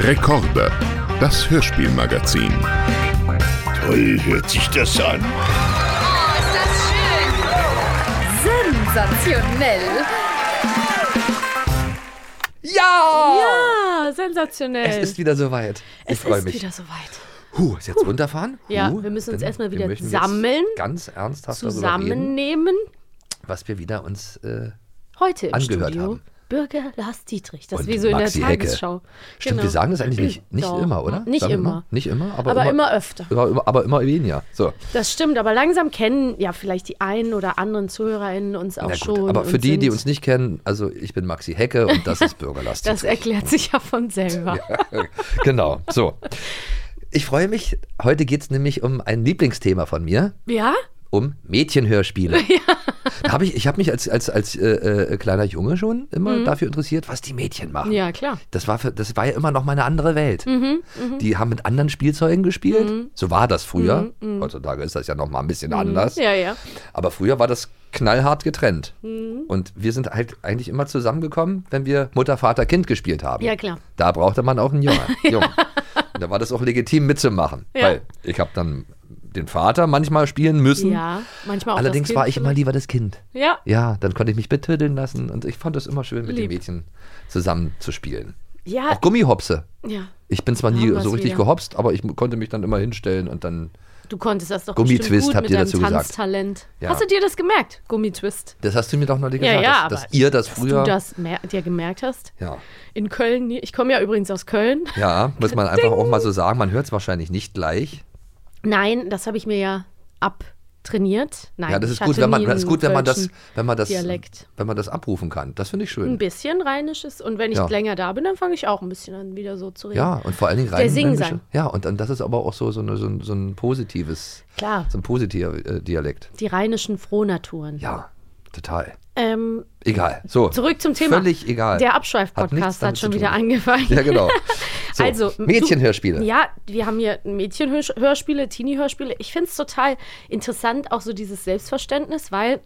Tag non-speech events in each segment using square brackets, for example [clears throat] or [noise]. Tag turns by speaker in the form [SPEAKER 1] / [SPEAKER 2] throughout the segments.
[SPEAKER 1] Rekorde, das Hörspielmagazin.
[SPEAKER 2] Toll hört sich das an.
[SPEAKER 3] Oh, ist das schön! Sensationell!
[SPEAKER 4] Ja!
[SPEAKER 5] Ja, Ah, sensationell.
[SPEAKER 4] Es ist wieder soweit. Ich
[SPEAKER 5] Äh, Es
[SPEAKER 4] freue
[SPEAKER 5] ist
[SPEAKER 4] mich.
[SPEAKER 5] wieder soweit.
[SPEAKER 4] Huh, ist jetzt runterfahren?
[SPEAKER 5] Ja,
[SPEAKER 4] Huh,
[SPEAKER 5] wir müssen uns
[SPEAKER 4] denn
[SPEAKER 5] erstmal
[SPEAKER 4] wir
[SPEAKER 5] wieder
[SPEAKER 4] möchten jetzt
[SPEAKER 5] sammeln,
[SPEAKER 4] Ganz ernsthaft darüber reden,
[SPEAKER 5] Zusammennehmen.
[SPEAKER 4] was wir wieder uns. Äh,
[SPEAKER 5] Heute im
[SPEAKER 4] Angehört
[SPEAKER 5] Studio.
[SPEAKER 4] haben.
[SPEAKER 5] Bürger Lars Dietrich. Das
[SPEAKER 4] Und
[SPEAKER 5] ist wie so in der
[SPEAKER 4] Maxi Hecke.
[SPEAKER 5] Tagesschau.
[SPEAKER 4] stimmt,
[SPEAKER 5] Genau.
[SPEAKER 4] wir sagen das eigentlich nicht. Nicht
[SPEAKER 5] Doch.
[SPEAKER 4] immer, oder?
[SPEAKER 5] Nicht
[SPEAKER 4] Sagen wir
[SPEAKER 5] immer.
[SPEAKER 4] mal. Nicht immer, aber,
[SPEAKER 5] Aber, immer,
[SPEAKER 4] immer,
[SPEAKER 5] öfter.
[SPEAKER 4] immer, immer, aber immer weniger. So.
[SPEAKER 5] Das stimmt, aber langsam kennen ja vielleicht die einen oder anderen ZuhörerInnen uns auch
[SPEAKER 4] Na gut,
[SPEAKER 5] schon.
[SPEAKER 4] aber
[SPEAKER 5] und
[SPEAKER 4] für die, die
[SPEAKER 5] sind-
[SPEAKER 4] uns nicht kennen, also ich bin Maxi Hecke und das ist Bürgerlast.
[SPEAKER 5] Das
[SPEAKER 4] [laughs]
[SPEAKER 5] erklärt sich ja von selber.
[SPEAKER 4] genau, so. Ich freue mich. Heute geht es nämlich um ein Lieblingsthema von mir.
[SPEAKER 5] Ja?
[SPEAKER 4] um
[SPEAKER 5] [laughs]
[SPEAKER 4] Mädchenhörspiele. Da hab ich ich habe mich als, als, als äh, äh, kleiner Junge schon immer dafür interessiert, was die Mädchen machen.
[SPEAKER 5] Mhm. Ja, klar.
[SPEAKER 4] Das war, für, das war ja immer noch mal eine andere Welt.
[SPEAKER 5] Mhm,
[SPEAKER 4] Die haben mit anderen Spielzeugen gespielt. So war das früher. Heutzutage ist das ja noch mal ein bisschen anders.
[SPEAKER 5] Mhm, Ja, ja.
[SPEAKER 4] Aber früher war das knallhart getrennt.
[SPEAKER 5] Mhm.
[SPEAKER 4] Und wir sind halt eigentlich immer zusammengekommen, wenn wir Mutter, Vater, Kind gespielt haben.
[SPEAKER 5] Ja, klar.
[SPEAKER 4] Da brauchte man auch
[SPEAKER 5] [laughs]
[SPEAKER 4] einen Jungen. Jungen. Und da war das auch legitim mitzumachen.
[SPEAKER 5] Ja.
[SPEAKER 4] Weil ich habe dann den Vater manchmal spielen müssen.
[SPEAKER 5] Ja, manchmal auch
[SPEAKER 4] Hm. Allerdings
[SPEAKER 5] das
[SPEAKER 4] war
[SPEAKER 5] Kind
[SPEAKER 4] ich immer lieber das Kind.
[SPEAKER 5] Ja.
[SPEAKER 4] Ja, dann konnte ich mich betüddeln lassen und ich fand es immer schön, mit den
[SPEAKER 5] Lieb.
[SPEAKER 4] Mädchen zusammen zu spielen.
[SPEAKER 5] Ja,
[SPEAKER 4] Auch Gummihopse.
[SPEAKER 5] ja.
[SPEAKER 4] Ich bin zwar
[SPEAKER 5] Da
[SPEAKER 4] nie
[SPEAKER 5] Ah. haben wir's
[SPEAKER 4] so richtig
[SPEAKER 5] wieder.
[SPEAKER 4] gehopst, aber ich m- konnte mich dann immer hinstellen und dann.
[SPEAKER 5] Du konntest das doch
[SPEAKER 4] Gummitwist
[SPEAKER 5] bestimmt gut
[SPEAKER 4] habt
[SPEAKER 5] mit
[SPEAKER 4] ihr
[SPEAKER 5] deinem
[SPEAKER 4] dazu gesagt.
[SPEAKER 5] Tanztalent.
[SPEAKER 4] Ja.
[SPEAKER 5] Hast du dir das gemerkt? Gummitwist.
[SPEAKER 4] Das hast du mir doch neulich
[SPEAKER 5] Ja,
[SPEAKER 4] gesagt,
[SPEAKER 5] ja,
[SPEAKER 4] dass, dass
[SPEAKER 5] aber
[SPEAKER 4] ihr das
[SPEAKER 5] dass
[SPEAKER 4] früher.
[SPEAKER 5] du das mer dir gemerkt hast.
[SPEAKER 4] Ja.
[SPEAKER 5] In Köln, nie- ich komme ja übrigens aus Köln.
[SPEAKER 4] ja, muss man einfach auch mal so sagen. Man hört es wahrscheinlich nicht gleich.
[SPEAKER 5] Nein, das habe ich mir ja abtrainiert. Nein,
[SPEAKER 4] ja, das
[SPEAKER 5] ich
[SPEAKER 4] ist gut,
[SPEAKER 5] hatte
[SPEAKER 4] wenn man,
[SPEAKER 5] nie
[SPEAKER 4] das ist
[SPEAKER 5] einen
[SPEAKER 4] gut, wenn man das,
[SPEAKER 5] deutschen
[SPEAKER 4] wenn man das,
[SPEAKER 5] Dialekt.
[SPEAKER 4] wenn man das abrufen kann. Das finde ich
[SPEAKER 5] Ein
[SPEAKER 4] schön.
[SPEAKER 5] bisschen rheinisches und wenn ich
[SPEAKER 4] Ja.
[SPEAKER 5] länger da bin, dann fange ich auch ein bisschen an, wieder so zu reden.
[SPEAKER 4] Ja, und vor allen Dingen
[SPEAKER 5] Der Singsang.
[SPEAKER 4] rheinländische- Ja, und, und das ist aber auch so, so, eine, so, ein, so ein positives,
[SPEAKER 5] Klar.
[SPEAKER 4] so ein positiver äh, Dialekt.
[SPEAKER 5] Die rheinischen Frohnaturen.
[SPEAKER 4] Ja, total.
[SPEAKER 5] Ähm,
[SPEAKER 4] Egal. So.
[SPEAKER 5] zurück zum Thema.
[SPEAKER 4] Völlig egal.
[SPEAKER 5] Der
[SPEAKER 4] Hat nichts
[SPEAKER 5] Abschweif-Podcast hat,
[SPEAKER 4] damit
[SPEAKER 5] schon
[SPEAKER 4] zu
[SPEAKER 5] wieder
[SPEAKER 4] tun.
[SPEAKER 5] angefangen. [laughs]
[SPEAKER 4] Ja, genau. So,
[SPEAKER 5] Also, du-
[SPEAKER 4] Mädchenhörspiele.
[SPEAKER 5] Ja, wir haben hier Mädchenhörspiele, Teenie-Hörspiele. Ich finde es total interessant, auch so dieses Selbstverständnis, weil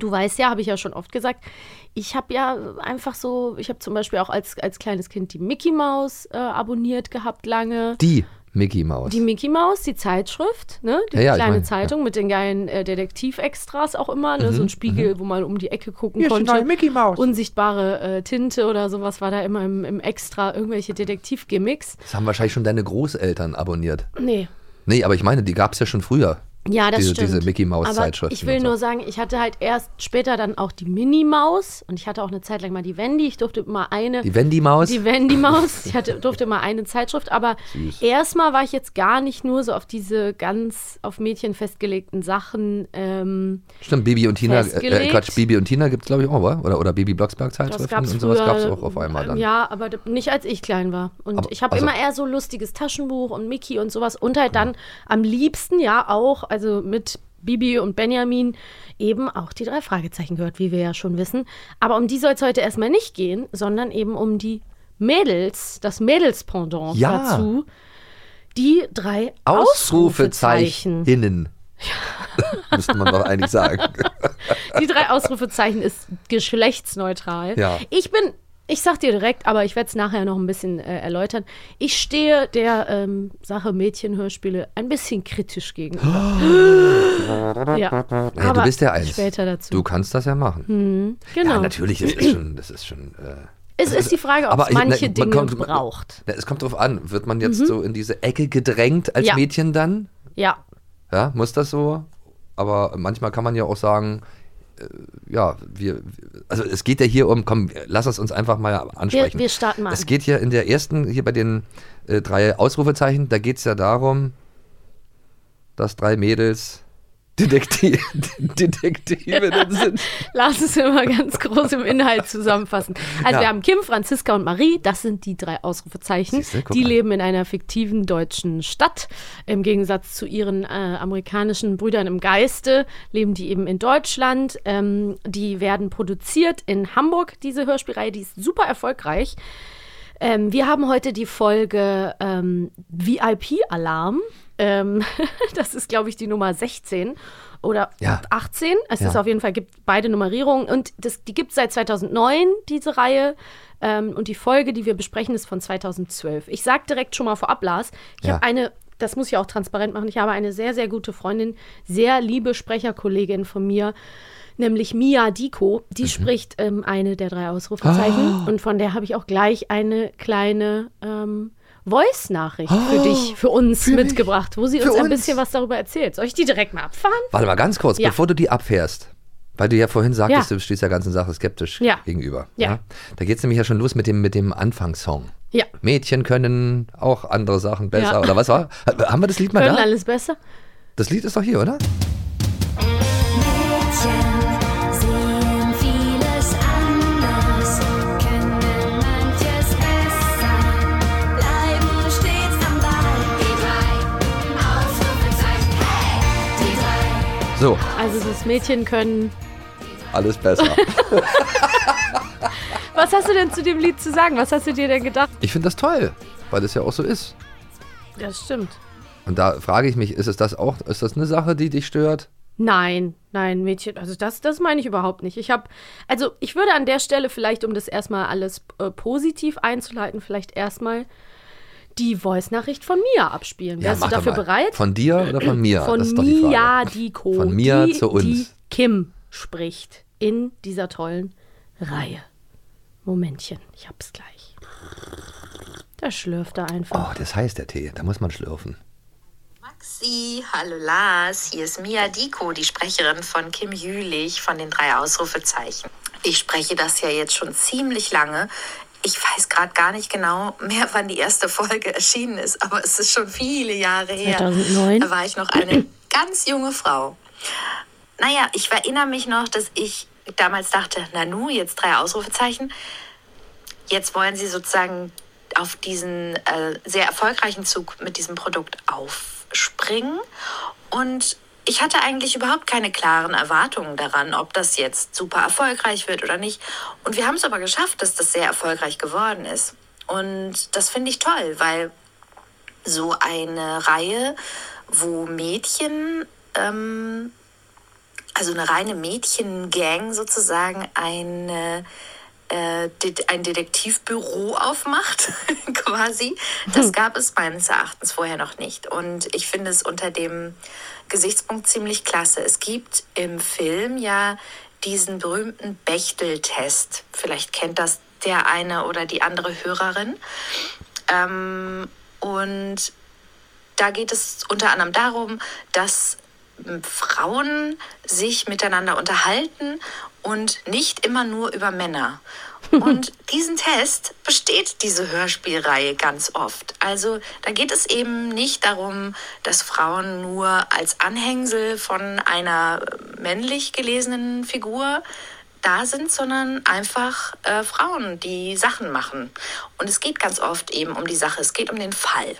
[SPEAKER 5] du weißt ja, habe ich ja schon oft gesagt, ich habe ja einfach so, ich habe zum Beispiel auch als, als kleines Kind die Mickey Mouse äh, abonniert gehabt lange.
[SPEAKER 4] Die Mickey Maus.
[SPEAKER 5] Die Mickey Maus, die Zeitschrift, ne? die
[SPEAKER 4] Ja, ja, ich
[SPEAKER 5] kleine
[SPEAKER 4] mein,
[SPEAKER 5] Zeitung mit den geilen äh, Detektivextras auch immer, ne?
[SPEAKER 4] Mhm,
[SPEAKER 5] so ein Spiegel, wo man um die Ecke gucken
[SPEAKER 4] Hier ist die
[SPEAKER 5] konnte.
[SPEAKER 4] neue Mickey Maus.
[SPEAKER 5] Unsichtbare äh, Tinte oder sowas war da immer im, im Extra, irgendwelche Detektivgimmicks.
[SPEAKER 4] das haben wahrscheinlich schon deine Großeltern abonniert.
[SPEAKER 5] Nee,
[SPEAKER 4] Nee, aber ich meine, die gab es ja schon früher.
[SPEAKER 5] Ja, das
[SPEAKER 4] diese,
[SPEAKER 5] stimmt.
[SPEAKER 4] Diese Mickey Maus
[SPEAKER 5] Aber
[SPEAKER 4] Zeitschrift.
[SPEAKER 5] Ich will nur sagen, ich hatte halt erst später dann auch die Minimaus und ich hatte auch eine Zeit lang mal die Wendy. Ich durfte immer eine.
[SPEAKER 4] Die Wendy Maus.
[SPEAKER 5] Die Wendy Maus. Ich hatte, durfte immer eine Zeitschrift, aber erstmal war ich jetzt gar nicht nur so auf diese ganz auf Mädchen festgelegten Sachen. Ähm,
[SPEAKER 4] Stimmt, Bibi und Tina. Äh, äh,
[SPEAKER 5] Festgelegt.
[SPEAKER 4] Quatsch, Bibi und Tina gibt es, glaube ich, auch, oder? Oder, oder Bibi Blocksberg
[SPEAKER 5] das
[SPEAKER 4] Zeitschriften
[SPEAKER 5] gab es
[SPEAKER 4] und sowas gab es auch auf einmal dann.
[SPEAKER 5] Ja, aber d- nicht als ich klein war. Und
[SPEAKER 4] Aber-
[SPEAKER 5] ich habe
[SPEAKER 4] also-
[SPEAKER 5] immer eher so lustiges Taschenbuch und Mickey und sowas. Und halt dann am liebsten ja auch, also mit Bibi und Benjamin, eben auch die drei Fragezeichen gehört, wie wir ja schon wissen. Aber um die soll es heute erstmal nicht gehen, sondern eben um die Mädels, das Mädelspendant
[SPEAKER 4] Ja.
[SPEAKER 5] dazu. Die drei Ausrufezeichen. [laughs]
[SPEAKER 4] Ausrufezeicheninnen. Müsste man doch eigentlich sagen.
[SPEAKER 5] Die drei Ausrufezeichen ist geschlechtsneutral.
[SPEAKER 4] Ja.
[SPEAKER 5] Ich bin, ich sag dir direkt, aber ich werde es nachher noch ein bisschen äh, erläutern. Ich stehe der ähm, Sache Mädchenhörspiele ein bisschen kritisch
[SPEAKER 4] [gasps]
[SPEAKER 5] gegenüber. ja.
[SPEAKER 4] Naja, du
[SPEAKER 5] Aber
[SPEAKER 4] bist ja eins.
[SPEAKER 5] Später dazu.
[SPEAKER 4] Du kannst das ja machen.
[SPEAKER 5] genau.
[SPEAKER 4] Ja, natürlich, das ist schon. Das ist schon äh,
[SPEAKER 5] Es ist die Frage, ob
[SPEAKER 4] Aber
[SPEAKER 5] es
[SPEAKER 4] ich-
[SPEAKER 5] manche
[SPEAKER 4] ne, man
[SPEAKER 5] Dinge
[SPEAKER 4] kommt-
[SPEAKER 5] braucht.
[SPEAKER 4] Na, es kommt drauf an, wird man jetzt so in diese Ecke gedrängt als
[SPEAKER 5] Mhm. Ja.
[SPEAKER 4] Mädchen dann?
[SPEAKER 5] Ja.
[SPEAKER 4] Ja, muss das so? Aber manchmal kann man ja auch sagen, äh, ja, wir, also es geht ja hier um, komm, lass es uns einfach mal ansprechen.
[SPEAKER 5] Wir- wir starten mal
[SPEAKER 4] Es
[SPEAKER 5] an.
[SPEAKER 4] geht hier in der ersten, hier bei den äh, drei Ausrufezeichen, da geht es ja darum, dass drei Mädels Detektiv [laughs] Detektivinnen sind.
[SPEAKER 5] [laughs] Lass es immer ganz groß im Inhalt zusammenfassen. Also
[SPEAKER 4] Ja.
[SPEAKER 5] wir haben Kim, Franziska und Marie, das sind die drei Ausrufezeichen.
[SPEAKER 4] Siehste, guck
[SPEAKER 5] die
[SPEAKER 4] an.
[SPEAKER 5] leben in einer fiktiven deutschen Stadt. Im Gegensatz zu ihren äh, amerikanischen Brüdern im Geiste leben die eben in Deutschland. Ähm, die werden produziert in Hamburg, diese Hörspielreihe, die ist super erfolgreich. Ähm, wir haben heute die Folge ähm, VIP-Alarm. Ähm, [laughs] das ist, glaube ich, die Nummer 16 oder
[SPEAKER 4] Ja.
[SPEAKER 5] 18. Es
[SPEAKER 4] Ja.
[SPEAKER 5] ist auf jeden Fall, gibt beide Nummerierungen. Und das, die gibt es seit 2009, diese Reihe. Ähm, und die Folge, die wir besprechen, ist von 2012. Ich sage direkt schon mal vorab, Lars, ich
[SPEAKER 4] Ja.
[SPEAKER 5] habe eine, das muss ich auch transparent machen, ich habe eine sehr, sehr gute Freundin, sehr liebe Sprecherkollegin von mir, nämlich Mia Diko. Die
[SPEAKER 4] Mhm.
[SPEAKER 5] spricht ähm, eine der drei
[SPEAKER 4] Ah.
[SPEAKER 5] Ausrufezeichen. Und von der habe ich auch gleich eine kleine ähm, Voice-Nachricht für
[SPEAKER 4] Oh,
[SPEAKER 5] dich, für uns
[SPEAKER 4] für mich.
[SPEAKER 5] mitgebracht, wo sie
[SPEAKER 4] Für
[SPEAKER 5] uns ein
[SPEAKER 4] uns.
[SPEAKER 5] bisschen was darüber erzählt. Soll ich die direkt mal abfahren?
[SPEAKER 4] Warte mal ganz kurz,
[SPEAKER 5] Ja.
[SPEAKER 4] bevor du die abfährst, weil du ja vorhin sagtest,
[SPEAKER 5] Ja.
[SPEAKER 4] du stehst der ganzen Sache skeptisch
[SPEAKER 5] Ja.
[SPEAKER 4] gegenüber.
[SPEAKER 5] Ja.
[SPEAKER 4] Da geht es nämlich ja schon los mit dem, mit dem Anfangssong.
[SPEAKER 5] Ja.
[SPEAKER 4] Mädchen können auch andere Sachen besser.
[SPEAKER 5] Ja.
[SPEAKER 4] Oder was war? Haben wir das Lied mal
[SPEAKER 5] Können
[SPEAKER 4] da?
[SPEAKER 5] alles besser?
[SPEAKER 4] Das Lied ist doch hier, oder?
[SPEAKER 6] Mädchen sehen vieles anders, können manches besser, bleiben stets am Ball. Die drei Ausrufezeichen, hey, die drei.
[SPEAKER 4] So,
[SPEAKER 5] Also das Mädchen können.
[SPEAKER 4] alles
[SPEAKER 5] [laughs]
[SPEAKER 4] besser.
[SPEAKER 5] Was hast du denn zu dem Lied zu sagen? Was hast du dir denn gedacht?
[SPEAKER 4] ich finde das toll, weil das ja auch so ist.
[SPEAKER 5] Das stimmt.
[SPEAKER 4] Und da frage ich mich, ist es das auch, ist das eine Sache, die dich stört?
[SPEAKER 5] Nein, nein, Mädchen, also das, das meine ich überhaupt nicht. Ich habe, also ich würde an der Stelle vielleicht, um das erstmal alles äh, positiv einzuleiten, vielleicht erstmal die Voice-Nachricht von Mia abspielen. Wärst
[SPEAKER 4] mach
[SPEAKER 5] du
[SPEAKER 4] doch
[SPEAKER 5] dafür
[SPEAKER 4] mal.
[SPEAKER 5] bereit?
[SPEAKER 4] Von dir oder von mir?
[SPEAKER 5] Von
[SPEAKER 4] das ist doch die Frage.
[SPEAKER 5] Mia Diko.
[SPEAKER 4] Von Mia
[SPEAKER 5] die,
[SPEAKER 4] zu uns.
[SPEAKER 5] Die Kim spricht in dieser tollen Reihe. Momentchen, ich hab's gleich. Da schlürft er einfach.
[SPEAKER 4] Oh, das heißt der Tee, da muss man schlürfen.
[SPEAKER 7] Maxi, hallo Lars, hier ist Mia Diko, die Sprecherin von Kim Jülich von den drei Ausrufezeichen. Ich spreche das ja jetzt schon ziemlich lange. Ich weiß gerade gar nicht genau mehr, wann die erste Folge erschienen ist, aber es ist schon viele Jahre her.
[SPEAKER 5] 2009.
[SPEAKER 7] Da war ich noch eine ganz junge Frau. Naja, ich erinnere mich noch, dass ich damals dachte, Nanu, jetzt drei Ausrufezeichen. Jetzt wollen sie sozusagen auf diesen äh, sehr erfolgreichen Zug mit diesem Produkt aufspringen. Und ich hatte eigentlich überhaupt keine klaren Erwartungen daran, ob das jetzt super erfolgreich wird oder nicht. Und wir haben es aber geschafft, dass das sehr erfolgreich geworden ist. Und das finde ich toll, weil so eine Reihe, wo Mädchen, ähm, also eine reine Mädchengang sozusagen, eine, äh, det- ein Detektivbüro aufmacht, [laughs] quasi. Das gab es meines Erachtens vorher noch nicht. Und ich finde es unter dem Gesichtspunkt ziemlich klasse. Es gibt im Film ja diesen berühmten Bechtel-Test. Vielleicht kennt das der eine oder die andere Hörerin. Ähm, und da geht es unter anderem darum, dass m, Frauen sich miteinander unterhalten und nicht immer nur über Männer. Und diesen Test besteht diese Hörspielreihe ganz oft. Also da geht es eben nicht darum, dass Frauen nur als Anhängsel von einer äh, männlich gelesenen Figur da sind, sondern einfach äh, Frauen, die Sachen machen. Und es geht ganz oft eben um die Sache, es geht um den Fall.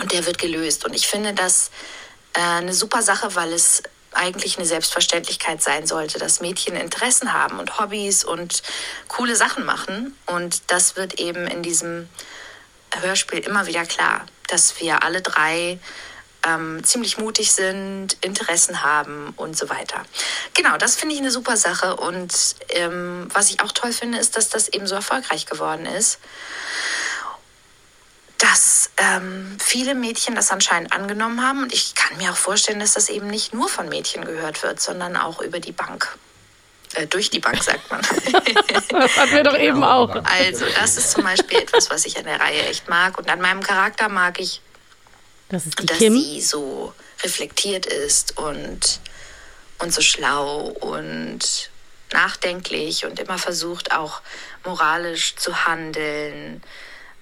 [SPEAKER 7] Und der wird gelöst. Und ich finde das äh, eine super Sache, weil es eigentlich eine Selbstverständlichkeit sein sollte, dass Mädchen Interessen haben und Hobbys und coole Sachen machen. Und das wird eben in diesem Hörspiel immer wieder klar, dass wir alle drei ähm, ziemlich mutig sind, Interessen haben und so weiter. Genau, das finde ich eine super Sache. Und ähm, was ich auch toll finde, ist, dass das eben so erfolgreich geworden ist dass ähm, viele Mädchen das anscheinend angenommen haben. Und ich kann mir auch vorstellen, dass das eben nicht nur von Mädchen gehört wird, sondern auch über die Bank. Äh, durch die Bank, sagt man.
[SPEAKER 5] Das hatten wir doch eben auch.
[SPEAKER 7] also, das ist zum Beispiel etwas, was ich an der Reihe echt mag. Und an meinem Charakter mag ich,
[SPEAKER 5] Das ist die
[SPEAKER 7] dass
[SPEAKER 5] Kim.
[SPEAKER 7] sie so reflektiert ist und, und so schlau und nachdenklich und immer versucht, auch moralisch zu handeln.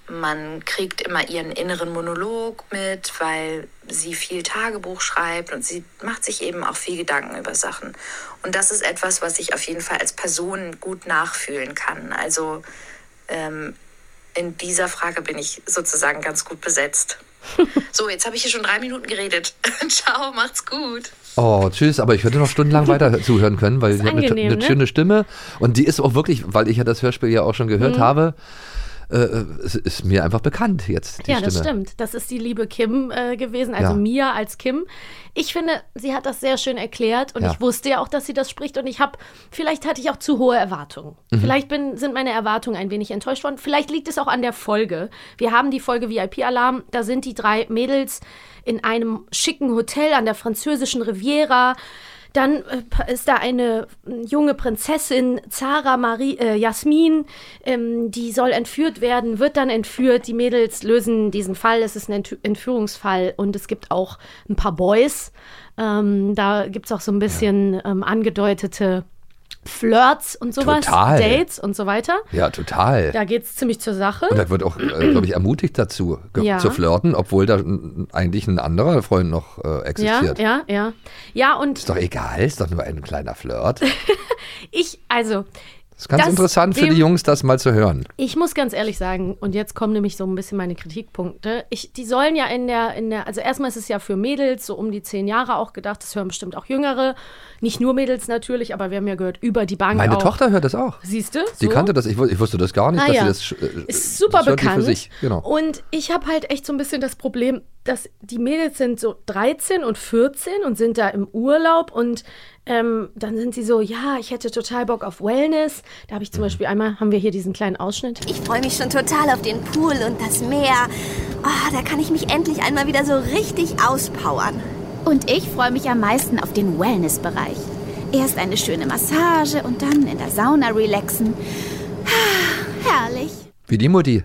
[SPEAKER 7] Man kriegt immer ihren inneren Monolog mit, weil sie viel Tagebuch schreibt und sie macht sich eben auch viel Gedanken über Sachen. Und das ist etwas, was ich auf jeden Fall als Person gut nachfühlen kann. Also ähm, in dieser Frage bin ich sozusagen ganz gut besetzt. So, jetzt habe ich hier schon drei Minuten geredet. [laughs] Ciao, macht's gut.
[SPEAKER 4] Oh, tschüss, aber ich hätte noch
[SPEAKER 5] [laughs]
[SPEAKER 4] stundenlang weiter zuhören können, weil sie hat eine,
[SPEAKER 5] angenehm,
[SPEAKER 4] eine
[SPEAKER 5] ne? Mhm.
[SPEAKER 4] schöne Stimme und die ist auch wirklich, weil ich ja das Hörspiel ja auch schon gehört habe, äh, es ist mir einfach bekannt jetzt. Die
[SPEAKER 5] ja,
[SPEAKER 4] Stimme.
[SPEAKER 5] das stimmt. Das ist die liebe Kim äh, gewesen, also
[SPEAKER 4] Ja.
[SPEAKER 5] Mia als Kim. Ich finde, sie hat das sehr schön erklärt und
[SPEAKER 4] Ja.
[SPEAKER 5] ich wusste ja auch, dass sie das spricht und ich habe, vielleicht hatte ich auch zu hohe Erwartungen.
[SPEAKER 4] Mhm.
[SPEAKER 5] Vielleicht bin, sind meine Erwartungen ein wenig enttäuscht worden. Vielleicht liegt es auch an der Folge. Wir haben die Folge VIP-Alarm, da sind die drei Mädels in einem schicken Hotel an der französischen Riviera. Dann äh, ist da eine hm, junge Prinzessin, Zara Marie, äh, Jasmin, ähm, die soll entführt werden, wird dann entführt. Die Mädels lösen diesen Fall, es ist ein Entü- Entführungsfall und es gibt auch ein paar Boys. Ähm, da gibt es auch so ein bisschen ähm, angedeutete Flirts und sowas,
[SPEAKER 4] Total.
[SPEAKER 5] Dates und so weiter.
[SPEAKER 4] Ja, total.
[SPEAKER 5] Da geht es ziemlich zur Sache.
[SPEAKER 4] Und da wird auch, äh, glaube ich, ermutigt dazu, ge-
[SPEAKER 5] Ja.
[SPEAKER 4] zu flirten, obwohl da n- eigentlich ein anderer Freund noch äh,
[SPEAKER 5] Ja,
[SPEAKER 4] existiert.
[SPEAKER 5] ja, ja. Ja, und
[SPEAKER 4] Ist doch egal, ist doch nur ein kleiner Flirt.
[SPEAKER 5] ich, also,
[SPEAKER 4] ist ganz
[SPEAKER 5] Das
[SPEAKER 4] interessant für
[SPEAKER 5] dem-
[SPEAKER 4] die Jungs, das mal zu hören.
[SPEAKER 5] Ich muss ganz ehrlich sagen, und jetzt kommen nämlich so ein bisschen meine Kritikpunkte. Ich, die sollen ja in der, in der, also erstmal ist es ja für Mädels so um die zehn Jahre auch gedacht, das hören bestimmt auch Jüngere. Nicht nur Mädels natürlich, aber wir haben ja gehört, über die Bank.
[SPEAKER 4] Meine
[SPEAKER 5] auch.
[SPEAKER 4] Tochter hört das auch.
[SPEAKER 5] Siehst du?
[SPEAKER 4] Sie kannte das, ich, wu- ich wusste das gar nicht,
[SPEAKER 5] Ah,
[SPEAKER 4] dass
[SPEAKER 5] ja.
[SPEAKER 4] sie das. äh,
[SPEAKER 5] ist super
[SPEAKER 4] das hört die
[SPEAKER 5] bekannt.
[SPEAKER 4] Für sich. Genau.
[SPEAKER 5] Und ich habe halt echt so ein bisschen das Problem, dass die Mädels sind so 13 und 14 und sind da im Urlaub und ähm, dann sind sie so, ja, ich hätte total Bock auf Wellness. Da habe ich zum
[SPEAKER 4] Mhm.
[SPEAKER 5] Beispiel einmal, haben wir hier diesen kleinen Ausschnitt.
[SPEAKER 8] Ich freue mich schon total auf den Pool und das Meer. Ah, da kann ich mich endlich einmal wieder so richtig auspowern.
[SPEAKER 9] Und ich freue mich am meisten auf den Wellnessbereich. Erst eine schöne Massage und dann in der Sauna relaxen. Ah, Herrlich.
[SPEAKER 4] Wie die Mutti.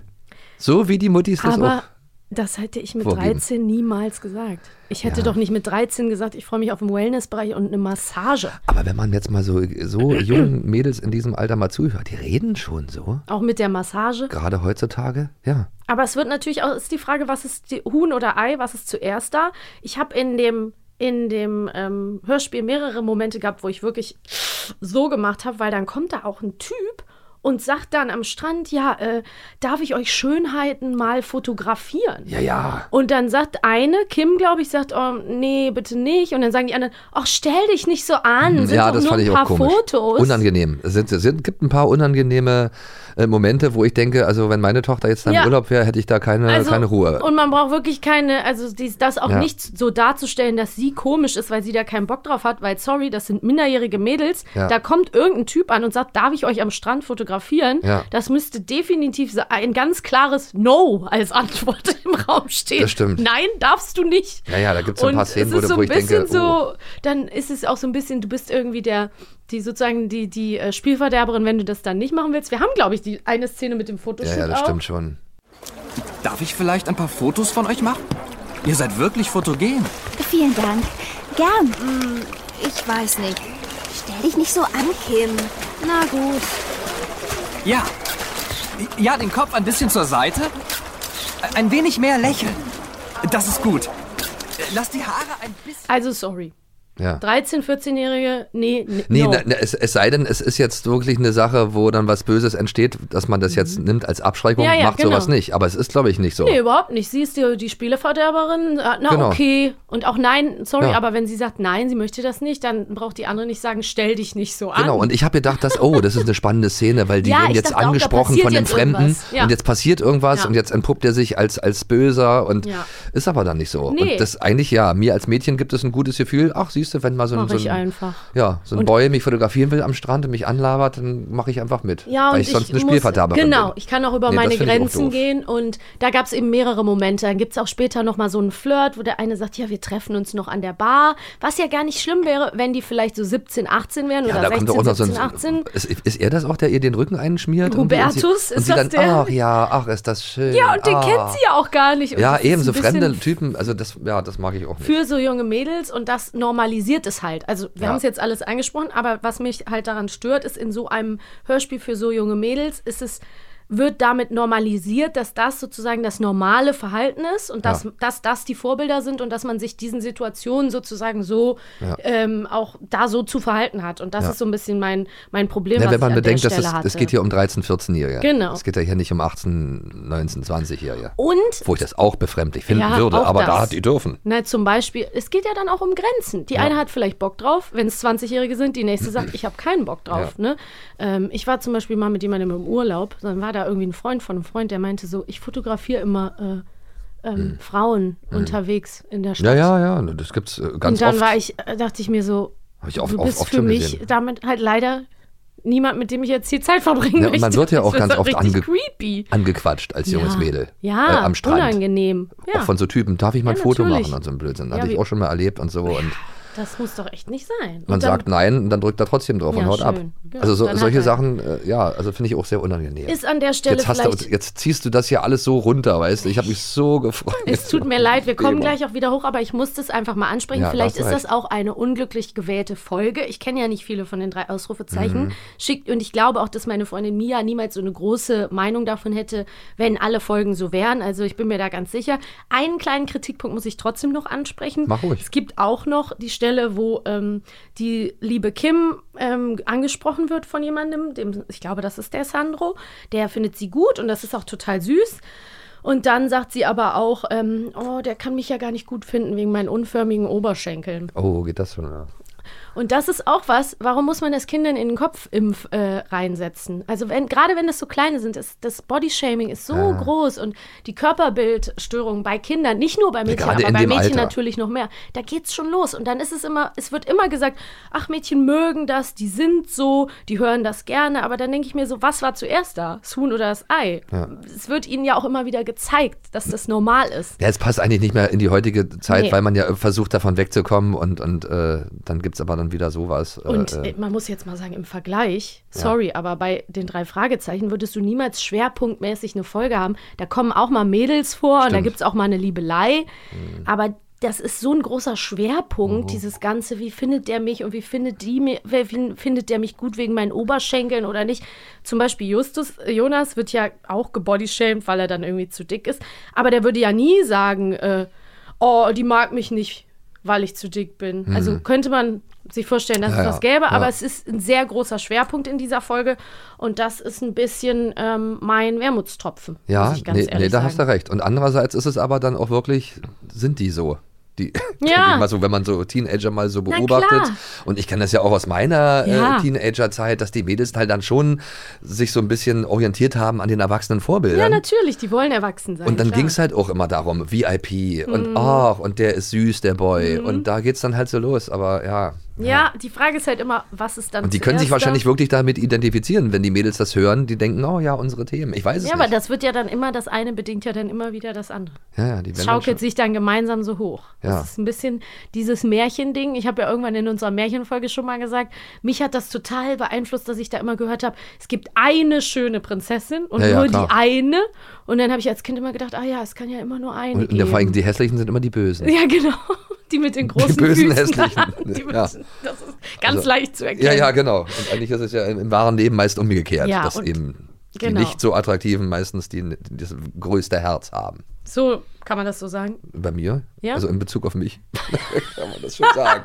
[SPEAKER 4] So wie die Mutti ist das
[SPEAKER 5] Aber
[SPEAKER 4] auch.
[SPEAKER 5] das hätte ich mit
[SPEAKER 4] vorgeben.
[SPEAKER 5] 13 niemals gesagt. Ich hätte doch nicht mit 13 gesagt, ich freue mich auf den Wellnessbereich und eine Massage.
[SPEAKER 4] Aber wenn man jetzt mal so,
[SPEAKER 5] [clears throat]
[SPEAKER 4] so jungen Mädels in diesem Alter mal zuhört, die reden schon so.
[SPEAKER 5] Auch mit der Massage.
[SPEAKER 4] Gerade heutzutage, ja.
[SPEAKER 5] Aber es wird natürlich auch, ist die Frage, was ist die, Huhn oder Ei, was ist zuerst da? Ich habe in dem, in dem ähm, Hörspiel mehrere Momente gehabt, wo ich wirklich so gemacht habe, weil dann kommt da auch ein Typ und sagt dann am Strand, ja, äh, darf ich euch Schönheiten mal fotografieren?
[SPEAKER 4] Ja, ja.
[SPEAKER 5] Und dann sagt eine, Kim, glaube ich, sagt, oh, nee, bitte nicht. Und dann sagen die anderen, ach, stell dich nicht so an. Sind
[SPEAKER 4] Hm, ja,
[SPEAKER 5] doch
[SPEAKER 4] das
[SPEAKER 5] nur
[SPEAKER 4] fand
[SPEAKER 5] ein
[SPEAKER 4] ich
[SPEAKER 5] paar
[SPEAKER 4] auch komisch.
[SPEAKER 5] Fotos.
[SPEAKER 4] Unangenehm. Es sind, es sind, gibt ein paar unangenehme äh, Momente, wo ich denke, also wenn meine Tochter jetzt da im
[SPEAKER 5] Ja.
[SPEAKER 4] Urlaub wäre, hätte ich da keine,
[SPEAKER 5] also,
[SPEAKER 4] keine Ruhe.
[SPEAKER 5] Und man braucht wirklich keine, also dies, das auch
[SPEAKER 4] Ja.
[SPEAKER 5] nicht so darzustellen, dass sie komisch ist, weil sie da keinen Bock drauf hat, weil sorry, das sind minderjährige Mädels.
[SPEAKER 4] Ja.
[SPEAKER 5] Da kommt irgendein Typ an und sagt, darf ich euch am Strand fotografieren?
[SPEAKER 4] Ja.
[SPEAKER 5] Das müsste definitiv se- ein ganz klares No als Antwort [laughs] im Raum stehen.
[SPEAKER 4] Das stimmt.
[SPEAKER 5] Nein, darfst du nicht.
[SPEAKER 4] Ja, ja, da gibt's so ein
[SPEAKER 5] Und
[SPEAKER 4] paar Szenen,
[SPEAKER 5] es
[SPEAKER 4] wo-
[SPEAKER 5] ist so
[SPEAKER 4] wo
[SPEAKER 5] ein
[SPEAKER 4] ich denke, oh.
[SPEAKER 5] bisschen so, dann ist es auch so ein bisschen, du bist irgendwie der, die sozusagen die, die äh, Spielverderberin, wenn du das dann nicht machen willst. Wir haben, glaube ich, die eine Szene mit dem Fotoshoot
[SPEAKER 4] ja, ja, das
[SPEAKER 5] auch.
[SPEAKER 4] stimmt schon.
[SPEAKER 10] Darf ich vielleicht ein paar Fotos von euch machen? Ihr seid wirklich fotogen.
[SPEAKER 9] Vielen Dank. Gern.
[SPEAKER 8] Ich weiß nicht. Stell dich nicht so an, Kim.
[SPEAKER 9] Na gut.
[SPEAKER 10] Ja. Ja, den Kopf ein bisschen zur Seite. Ein wenig mehr lächeln. Das ist gut. Lass die Haare ein bisschen.
[SPEAKER 5] Also sorry.
[SPEAKER 4] Ja.
[SPEAKER 5] 13, 14-Jährige, nee, nee.
[SPEAKER 4] Nee,
[SPEAKER 5] no.
[SPEAKER 4] na, ne- na, es, es sei denn, es ist jetzt wirklich eine Sache, wo dann was Böses entsteht, dass man das jetzt nimmt als Abschreckung,
[SPEAKER 5] Mhm. Ja, ja,
[SPEAKER 4] macht sowas
[SPEAKER 5] genau.
[SPEAKER 4] nicht. Aber es ist, glaube ich, nicht so.
[SPEAKER 5] Nee, überhaupt nicht. Sie ist die, die Spieleverderberin. äh, Na,
[SPEAKER 4] Genau.
[SPEAKER 5] okay. Und auch nein, sorry,
[SPEAKER 4] Ja.
[SPEAKER 5] aber wenn sie sagt, nein, sie möchte das nicht, dann braucht die andere nicht sagen, stell dich nicht so an.
[SPEAKER 4] Genau, und ich habe gedacht, dass, oh, das ist eine spannende Szene, weil die
[SPEAKER 5] Ja,
[SPEAKER 4] werden
[SPEAKER 5] ich
[SPEAKER 4] jetzt
[SPEAKER 5] dachte auch, da
[SPEAKER 4] angesprochen
[SPEAKER 5] passiert
[SPEAKER 4] von dem
[SPEAKER 5] jetzt
[SPEAKER 4] Fremden
[SPEAKER 5] irgendwas. Ja.
[SPEAKER 4] und jetzt passiert irgendwas
[SPEAKER 5] Ja.
[SPEAKER 4] und jetzt entpuppt er sich als, als böser und
[SPEAKER 5] Ja.
[SPEAKER 4] ist aber dann nicht so.
[SPEAKER 5] Nee.
[SPEAKER 4] Und das eigentlich, ja, mir als Mädchen gibt es ein gutes Gefühl, ach, siehst du, wenn mal so ein,
[SPEAKER 5] Mach
[SPEAKER 4] so
[SPEAKER 5] ich
[SPEAKER 4] ein,
[SPEAKER 5] einfach.
[SPEAKER 4] ja, so ein
[SPEAKER 5] Und-
[SPEAKER 4] Boy mich fotografieren will am Strand und mich anlabert, dann mache ich einfach mit,
[SPEAKER 5] Ja,
[SPEAKER 4] weil
[SPEAKER 5] und
[SPEAKER 4] ich sonst eine
[SPEAKER 5] muss-
[SPEAKER 4] Spielverderberin
[SPEAKER 5] Genau,
[SPEAKER 4] bin.
[SPEAKER 5] ich kann auch über
[SPEAKER 4] Nee, das
[SPEAKER 5] meine
[SPEAKER 4] find ich auch
[SPEAKER 5] Grenzen
[SPEAKER 4] doof.
[SPEAKER 5] gehen und da gab es eben mehrere Momente. Dann gibt es auch später nochmal so einen Flirt, wo der eine sagt, ja, wir treffen uns noch an der Bar, was ja gar nicht schlimm wäre, wenn die vielleicht so 17, 18 wären
[SPEAKER 4] Ja,
[SPEAKER 5] oder
[SPEAKER 4] da
[SPEAKER 5] 16,
[SPEAKER 4] kommt doch auch noch so
[SPEAKER 5] 17,
[SPEAKER 4] ein.
[SPEAKER 5] 18.
[SPEAKER 4] Ist, ist er das auch, der ihr den Rücken einschmiert? irgendwie? und
[SPEAKER 5] Hubertus,
[SPEAKER 4] sie,
[SPEAKER 5] ist
[SPEAKER 4] und sie
[SPEAKER 5] das
[SPEAKER 4] dann,
[SPEAKER 5] der?
[SPEAKER 4] Ach ja, ach, ist das schön.
[SPEAKER 5] Ja, und den
[SPEAKER 4] ah.
[SPEAKER 5] kennt sie ja auch gar nicht. Und
[SPEAKER 4] Ja,
[SPEAKER 5] das ist
[SPEAKER 4] eben,
[SPEAKER 5] ein
[SPEAKER 4] so fremde
[SPEAKER 5] bisschen
[SPEAKER 4] Typen, also das, ja, das mag ich auch nicht.
[SPEAKER 5] für so junge Mädels und das normalisiert es halt. Also wir
[SPEAKER 4] Ja.
[SPEAKER 5] haben es jetzt alles angesprochen, aber was mich halt daran stört, ist in so einem Hörspiel für so junge Mädels ist es wird damit normalisiert, dass das sozusagen das normale Verhalten ist und dass,
[SPEAKER 4] Ja.
[SPEAKER 5] dass das die Vorbilder sind und dass man sich diesen Situationen sozusagen so ähm, auch da so zu verhalten hat. Und das
[SPEAKER 4] Ja.
[SPEAKER 5] ist so ein bisschen mein, mein Problem,
[SPEAKER 4] Ja,
[SPEAKER 5] was
[SPEAKER 4] wenn man
[SPEAKER 5] ich an
[SPEAKER 4] bedenkt,
[SPEAKER 5] der
[SPEAKER 4] dass
[SPEAKER 5] Stelle
[SPEAKER 4] es,
[SPEAKER 5] hatte.
[SPEAKER 4] es geht hier um 13-, 14-Jährige.
[SPEAKER 5] Genau.
[SPEAKER 4] Es geht ja hier nicht um 18-, 19-, 20-Jährige.
[SPEAKER 5] und
[SPEAKER 4] Wo ich das auch befremdlich finden
[SPEAKER 5] Ja,
[SPEAKER 4] würde,
[SPEAKER 5] auch
[SPEAKER 4] aber da
[SPEAKER 5] das.
[SPEAKER 4] hat die dürfen.
[SPEAKER 5] Na, Ne, zum Beispiel, es geht ja dann auch um Grenzen. Die eine hat vielleicht Bock drauf, wenn es
[SPEAKER 4] [clears throat]
[SPEAKER 5] 20-Jährige sind, die nächste sagt, ich habe keinen Bock drauf. Ne? Ähm, ich war zum Beispiel mal mit jemandem im Urlaub, dann war da da irgendwie einen Freund von einem Freund, der meinte so, ich fotografiere immer äh, ähm, Frauen unterwegs in der
[SPEAKER 4] Hm. Ja,
[SPEAKER 5] Stadt.
[SPEAKER 4] ja, ja, ne, das gibt's äh, ganz
[SPEAKER 5] Und dann
[SPEAKER 4] oft.
[SPEAKER 5] war ich, äh, dachte ich mir so,
[SPEAKER 4] Hab ich oft-
[SPEAKER 5] du
[SPEAKER 4] oft-
[SPEAKER 5] bist
[SPEAKER 4] oft
[SPEAKER 5] für
[SPEAKER 4] schon
[SPEAKER 5] mich
[SPEAKER 4] gesehen.
[SPEAKER 5] damit halt leider niemand, mit dem ich jetzt hier Zeit verbringen
[SPEAKER 4] Ja, und
[SPEAKER 5] möchte.
[SPEAKER 4] man wird ja auch
[SPEAKER 5] Das
[SPEAKER 4] ganz
[SPEAKER 5] ist
[SPEAKER 4] oft
[SPEAKER 5] richtig
[SPEAKER 4] ange
[SPEAKER 5] creepy.
[SPEAKER 4] angequatscht als junges
[SPEAKER 5] ja.
[SPEAKER 4] Mädel.
[SPEAKER 5] Ja,
[SPEAKER 4] äh, am Strand.
[SPEAKER 5] unangenehm. Ja,
[SPEAKER 4] Auch von so Typen, darf ich mal ein
[SPEAKER 5] Ja,
[SPEAKER 4] Foto
[SPEAKER 5] natürlich.
[SPEAKER 4] machen und so ein Blödsinn.
[SPEAKER 5] Ja,
[SPEAKER 4] Hatte
[SPEAKER 5] wie-
[SPEAKER 4] ich auch schon mal erlebt und so. Und
[SPEAKER 5] das muss doch echt nicht sein.
[SPEAKER 4] man
[SPEAKER 5] Und dann
[SPEAKER 4] sagt nein und dann drückt er trotzdem drauf
[SPEAKER 5] Ja,
[SPEAKER 4] und haut ab.
[SPEAKER 5] schön. Ja,
[SPEAKER 4] also so,
[SPEAKER 5] dann hat
[SPEAKER 4] solche
[SPEAKER 5] er-
[SPEAKER 4] Sachen, äh, ja, also finde ich auch sehr unangenehm.
[SPEAKER 5] Ist an der Stelle
[SPEAKER 4] jetzt, hast du,
[SPEAKER 5] vielleicht-
[SPEAKER 4] jetzt ziehst du das hier alles so runter, weißt du? Ich habe mich so gefreut.
[SPEAKER 5] Es tut mir leid, wir kommen
[SPEAKER 4] Thema.
[SPEAKER 5] gleich auch wieder hoch, aber ich muss das einfach mal ansprechen.
[SPEAKER 4] Ja, da
[SPEAKER 5] Vielleicht
[SPEAKER 4] hast
[SPEAKER 5] ist das
[SPEAKER 4] du
[SPEAKER 5] auch eine unglücklich gewählte Folge. Ich kenne ja nicht viele von den drei Ausrufezeichen.
[SPEAKER 4] Mhm.
[SPEAKER 5] Schickt, und ich glaube auch, dass meine Freundin Mia niemals so eine große Meinung davon hätte, wenn alle Folgen so wären. Also ich bin mir da ganz sicher. Einen kleinen Kritikpunkt muss ich trotzdem noch ansprechen.
[SPEAKER 4] Mach ruhig.
[SPEAKER 5] Es gibt auch noch die Stelle, wo ähm, die liebe Kim ähm, angesprochen wird von jemandem. Dem, ich glaube, das ist der Sandro. Der findet sie gut und das ist auch total süß. Und dann sagt sie aber auch, ähm, oh, der kann mich ja gar nicht gut finden wegen meinen unförmigen Oberschenkeln.
[SPEAKER 4] Oh, geht das schon? Ja.
[SPEAKER 5] Und das ist auch was, warum muss man das Kindern in den Kopf impf, äh, reinsetzen? Also wenn, gerade wenn das so kleine sind, ist, das Bodyshaming ist so groß und die Körperbildstörung bei Kindern, nicht nur bei Mädchen,
[SPEAKER 4] gerade
[SPEAKER 5] aber
[SPEAKER 4] in
[SPEAKER 5] bei
[SPEAKER 4] dem
[SPEAKER 5] Mädchen
[SPEAKER 4] Alter.
[SPEAKER 5] natürlich noch mehr, da geht's schon los. Und dann ist es immer, es wird immer gesagt, ach, Mädchen mögen das, die sind so, die hören das gerne, aber dann denke ich mir so, was war zuerst da? Das Huhn oder das Ei? Es wird ihnen ja auch immer wieder gezeigt, dass das normal ist.
[SPEAKER 4] Ja, es passt eigentlich nicht mehr in die heutige Zeit,
[SPEAKER 5] Nee.
[SPEAKER 4] weil man ja versucht, davon wegzukommen und, und äh, dann gibt es aber dann wieder sowas. äh,
[SPEAKER 5] Und
[SPEAKER 4] äh,
[SPEAKER 5] äh, man muss jetzt mal sagen, im Vergleich, sorry, aber bei den drei Fragezeichen würdest du niemals schwerpunktmäßig eine Folge haben. Da kommen auch mal Mädels vor und da
[SPEAKER 4] Stimmt. Mhm.
[SPEAKER 5] gibt es auch mal eine Liebelei. Aber das ist so ein großer Schwerpunkt, dieses Ganze, wie findet der mich und wie findet die mir, wer- wie findet der mich gut wegen meinen Oberschenkeln oder nicht. Zum Beispiel Justus, äh, Jonas wird ja auch gebodyshamed, weil er dann irgendwie zu dick ist. Aber der würde ja nie sagen, äh, oh, die mag mich nicht, weil ich zu dick bin. Also
[SPEAKER 4] Mhm.
[SPEAKER 5] könnte man sich vorstellen, dass
[SPEAKER 4] Ja,
[SPEAKER 5] es
[SPEAKER 4] ja.
[SPEAKER 5] das gäbe, aber
[SPEAKER 4] Ja.
[SPEAKER 5] es ist ein sehr großer Schwerpunkt in dieser Folge und das ist ein bisschen ähm, mein Wermutstropfen.
[SPEAKER 4] Ja,
[SPEAKER 5] muss ich ganz
[SPEAKER 4] nee,
[SPEAKER 5] ehrlich
[SPEAKER 4] nee, da
[SPEAKER 5] sagen.
[SPEAKER 4] hast du recht. Und andererseits ist es aber dann auch wirklich, sind die so? Die,
[SPEAKER 5] Ja.
[SPEAKER 4] [laughs] denke ich mal so, wenn man so Teenager mal so beobachtet.
[SPEAKER 5] klar.
[SPEAKER 4] Und ich kenne das ja auch aus meiner
[SPEAKER 5] Ja.
[SPEAKER 4] äh, Teenagerzeit, dass die Mädels halt dann schon sich so ein bisschen orientiert haben an den erwachsenen Vorbildern.
[SPEAKER 5] Ja, natürlich, die wollen erwachsen sein.
[SPEAKER 4] Und dann
[SPEAKER 5] klar.
[SPEAKER 4] ging es halt auch immer darum, VIP
[SPEAKER 5] Mhm.
[SPEAKER 4] und ach, und der ist süß, der Boy. Und da geht's dann halt so los. Aber ja.
[SPEAKER 5] Ja, die Frage ist halt immer, was ist dann
[SPEAKER 4] Und die können sich
[SPEAKER 5] zuerst da?
[SPEAKER 4] wahrscheinlich wirklich damit identifizieren, wenn die Mädels das hören. Die denken, oh ja, unsere Themen. Ich weiß es
[SPEAKER 5] Ja, aber
[SPEAKER 4] nicht.
[SPEAKER 5] das wird ja dann immer, das eine bedingt ja dann immer wieder das andere.
[SPEAKER 4] ja, ja, die
[SPEAKER 5] Es
[SPEAKER 4] werden
[SPEAKER 5] schaukelt
[SPEAKER 4] schon-
[SPEAKER 5] sich dann gemeinsam so hoch.
[SPEAKER 4] Ja.
[SPEAKER 5] Das ist ein bisschen dieses Märchending. Ich habe ja irgendwann in unserer Märchenfolge schon mal gesagt, mich hat das total beeinflusst, dass ich da immer gehört habe, es gibt eine schöne Prinzessin und
[SPEAKER 4] Ja, ja,
[SPEAKER 5] nur
[SPEAKER 4] klar.
[SPEAKER 5] die eine. Und dann habe ich als Kind immer gedacht, ah ja, es kann ja immer nur eine
[SPEAKER 4] Und, und
[SPEAKER 5] geben.
[SPEAKER 4] vor allem die Hässlichen sind immer die Bösen.
[SPEAKER 5] ja, genau. Die mit den großen Füßen.
[SPEAKER 4] bösen Hässlichen.
[SPEAKER 5] [laughs] Die mit,
[SPEAKER 4] Ja.
[SPEAKER 5] Das ist [laughs] ganz
[SPEAKER 4] Also,
[SPEAKER 5] leicht zu erkennen.
[SPEAKER 4] Ja, ja, genau. Und eigentlich ist es ja im, im wahren Leben meist umgekehrt,
[SPEAKER 5] Ja,
[SPEAKER 4] dass
[SPEAKER 5] und-
[SPEAKER 4] eben die
[SPEAKER 5] genau.
[SPEAKER 4] nicht so attraktiven meistens die, die das größte Herz haben.
[SPEAKER 5] So kann man das so sagen.
[SPEAKER 4] Bei mir,
[SPEAKER 5] Ja.
[SPEAKER 4] also in Bezug auf mich, [laughs] kann man das schon sagen.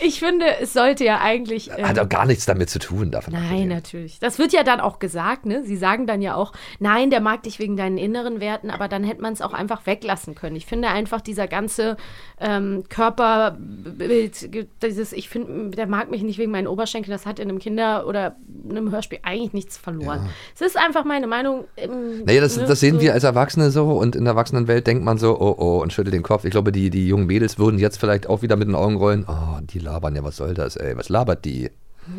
[SPEAKER 5] Ich finde, es sollte [laughs] ja eigentlich. ähm,
[SPEAKER 4] Hat auch gar nichts damit zu tun, davon
[SPEAKER 5] Nein,
[SPEAKER 4] abgesehen.
[SPEAKER 5] natürlich. Das wird ja dann auch gesagt, ne? Sie sagen dann ja auch, nein, der mag dich wegen deinen inneren Werten, aber dann hätte man es auch einfach weglassen können. Ich finde einfach dieser ganze ähm, Körperbild, dieses, ich finde, der mag mich nicht wegen meinen Oberschenkeln, das hat in einem Kinder- oder einem Hörspiel eigentlich nichts verloren. Es ist einfach meine Meinung. ähm,
[SPEAKER 4] Naja, das,
[SPEAKER 5] ne,
[SPEAKER 4] das sehen
[SPEAKER 5] so-
[SPEAKER 4] wir als Erwachsene so und in der Erwachsenenwelt denkt man so, oh oh, und schüttelt den Kopf. Ich glaube, die, die jungen Mädels würden jetzt vielleicht auch wieder mit den Augen rollen, oh, die labern ja, was soll das, ey, was labert die?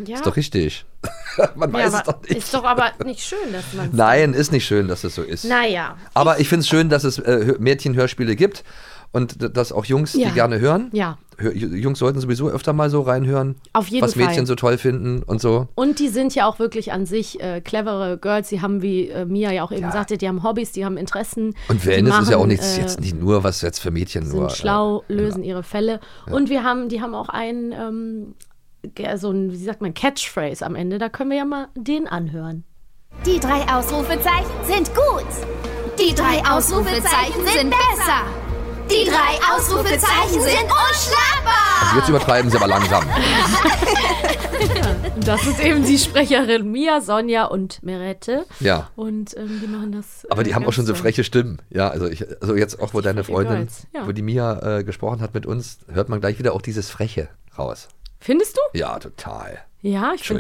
[SPEAKER 5] ja.
[SPEAKER 4] Ist doch richtig. [laughs] man
[SPEAKER 5] ja,
[SPEAKER 4] weiß es
[SPEAKER 5] aber
[SPEAKER 4] doch nicht.
[SPEAKER 5] Ist doch aber nicht schön, dass man.
[SPEAKER 4] [laughs] Nein, ist nicht schön, dass es so ist.
[SPEAKER 5] Naja.
[SPEAKER 4] Aber ich finde es schön, dass es äh, Hör- Mädchenhörspiele gibt und d- dass auch Jungs
[SPEAKER 5] Ja.
[SPEAKER 4] die gerne hören.
[SPEAKER 5] Ja.
[SPEAKER 4] Hör- Jungs sollten sowieso öfter mal so reinhören,
[SPEAKER 5] Auf jeden
[SPEAKER 4] was Mädchen
[SPEAKER 5] Fall.
[SPEAKER 4] so toll finden und so.
[SPEAKER 5] Und die sind ja auch wirklich an sich äh, clevere Girls. Die haben, wie äh, Mia ja auch eben
[SPEAKER 4] Ja.
[SPEAKER 5] sagte, die haben Hobbys, die haben Interessen.
[SPEAKER 4] Und
[SPEAKER 5] die
[SPEAKER 4] Wellness ist ja auch
[SPEAKER 5] machen,
[SPEAKER 4] nichts
[SPEAKER 5] äh,
[SPEAKER 4] jetzt nicht nur was jetzt für Mädchen
[SPEAKER 5] Sind
[SPEAKER 4] nur. äh, genau.
[SPEAKER 5] schlau, lösen ihre Fälle. Und wir haben, die haben auch einen, ähm, ge- so ein, wie sagt man, Catchphrase am Ende. Da können wir ja mal den anhören.
[SPEAKER 9] Die drei Ausrufezeichen sind gut. Die drei Ausrufezeichen sind besser. Die drei Ausrufezeichen sind unschlagbar.
[SPEAKER 4] Äh, jetzt übertreiben sie aber langsam.
[SPEAKER 5] [laughs] Und das ist eben die Sprecherin Mia, Sonja und Merete.
[SPEAKER 4] Ja.
[SPEAKER 5] Und ähm, die machen das.
[SPEAKER 4] Aber die
[SPEAKER 5] äh,
[SPEAKER 4] haben auch
[SPEAKER 5] ganz
[SPEAKER 4] schon so
[SPEAKER 5] toll.
[SPEAKER 4] freche Stimmen. Ja, also ich, also jetzt auch, wo deine
[SPEAKER 5] freche
[SPEAKER 4] Freundin,
[SPEAKER 5] Girls, ja.
[SPEAKER 4] wo die Mia äh, gesprochen hat mit uns, hört man gleich wieder auch dieses Freche raus.
[SPEAKER 5] Findest du?
[SPEAKER 4] Ja, total.
[SPEAKER 5] Ja, ich finde die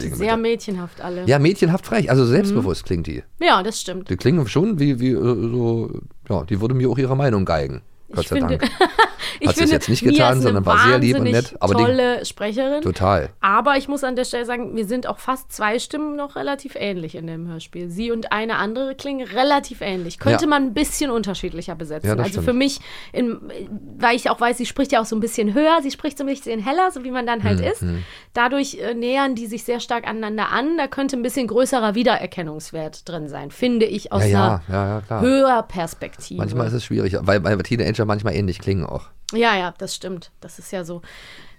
[SPEAKER 4] Entschuldige
[SPEAKER 5] sehr
[SPEAKER 4] bitte.
[SPEAKER 5] mädchenhaft alle.
[SPEAKER 4] Ja, mädchenhaft frech, also
[SPEAKER 5] Mhm.
[SPEAKER 4] selbstbewusst klingt die.
[SPEAKER 5] Ja, das stimmt.
[SPEAKER 4] Die klingen schon wie, wie äh, so, ja, die würde mir auch ihre Meinung geigen. Gott sei
[SPEAKER 5] finde-
[SPEAKER 4] Dank.
[SPEAKER 5] [laughs] Ich
[SPEAKER 4] Hat sie es
[SPEAKER 5] finde,
[SPEAKER 4] jetzt nicht
[SPEAKER 5] Mia
[SPEAKER 4] getan,
[SPEAKER 5] ist
[SPEAKER 4] sondern
[SPEAKER 5] eine
[SPEAKER 4] war sehr lieb und
[SPEAKER 5] wahnsinnig
[SPEAKER 4] nett, aber die-
[SPEAKER 5] tolle Sprecherin.
[SPEAKER 4] Total.
[SPEAKER 5] Aber ich muss an der Stelle sagen, wir sind auch fast zwei Stimmen noch relativ ähnlich in dem Hörspiel. Sie und eine andere klingen relativ ähnlich. Könnte
[SPEAKER 4] Ja.
[SPEAKER 5] man ein bisschen unterschiedlicher besetzen.
[SPEAKER 4] Ja, das
[SPEAKER 5] also
[SPEAKER 4] stimmt.
[SPEAKER 5] für mich, in, weil ich auch weiß, sie spricht ja auch so ein bisschen höher, sie spricht so ein bisschen heller, so wie man dann halt ist.
[SPEAKER 4] Mhm.
[SPEAKER 5] Dadurch äh, nähern die sich sehr stark aneinander an. Da könnte ein bisschen größerer Wiedererkennungswert drin sein, finde ich aus
[SPEAKER 4] Ja, ja,
[SPEAKER 5] einer
[SPEAKER 4] ja, ja, klar.
[SPEAKER 5] Hörperspektive.
[SPEAKER 4] Manchmal ist es schwierig, weil, weil Teenager manchmal ähnlich klingen auch.
[SPEAKER 5] Ja, ja, das stimmt. Das ist ja so.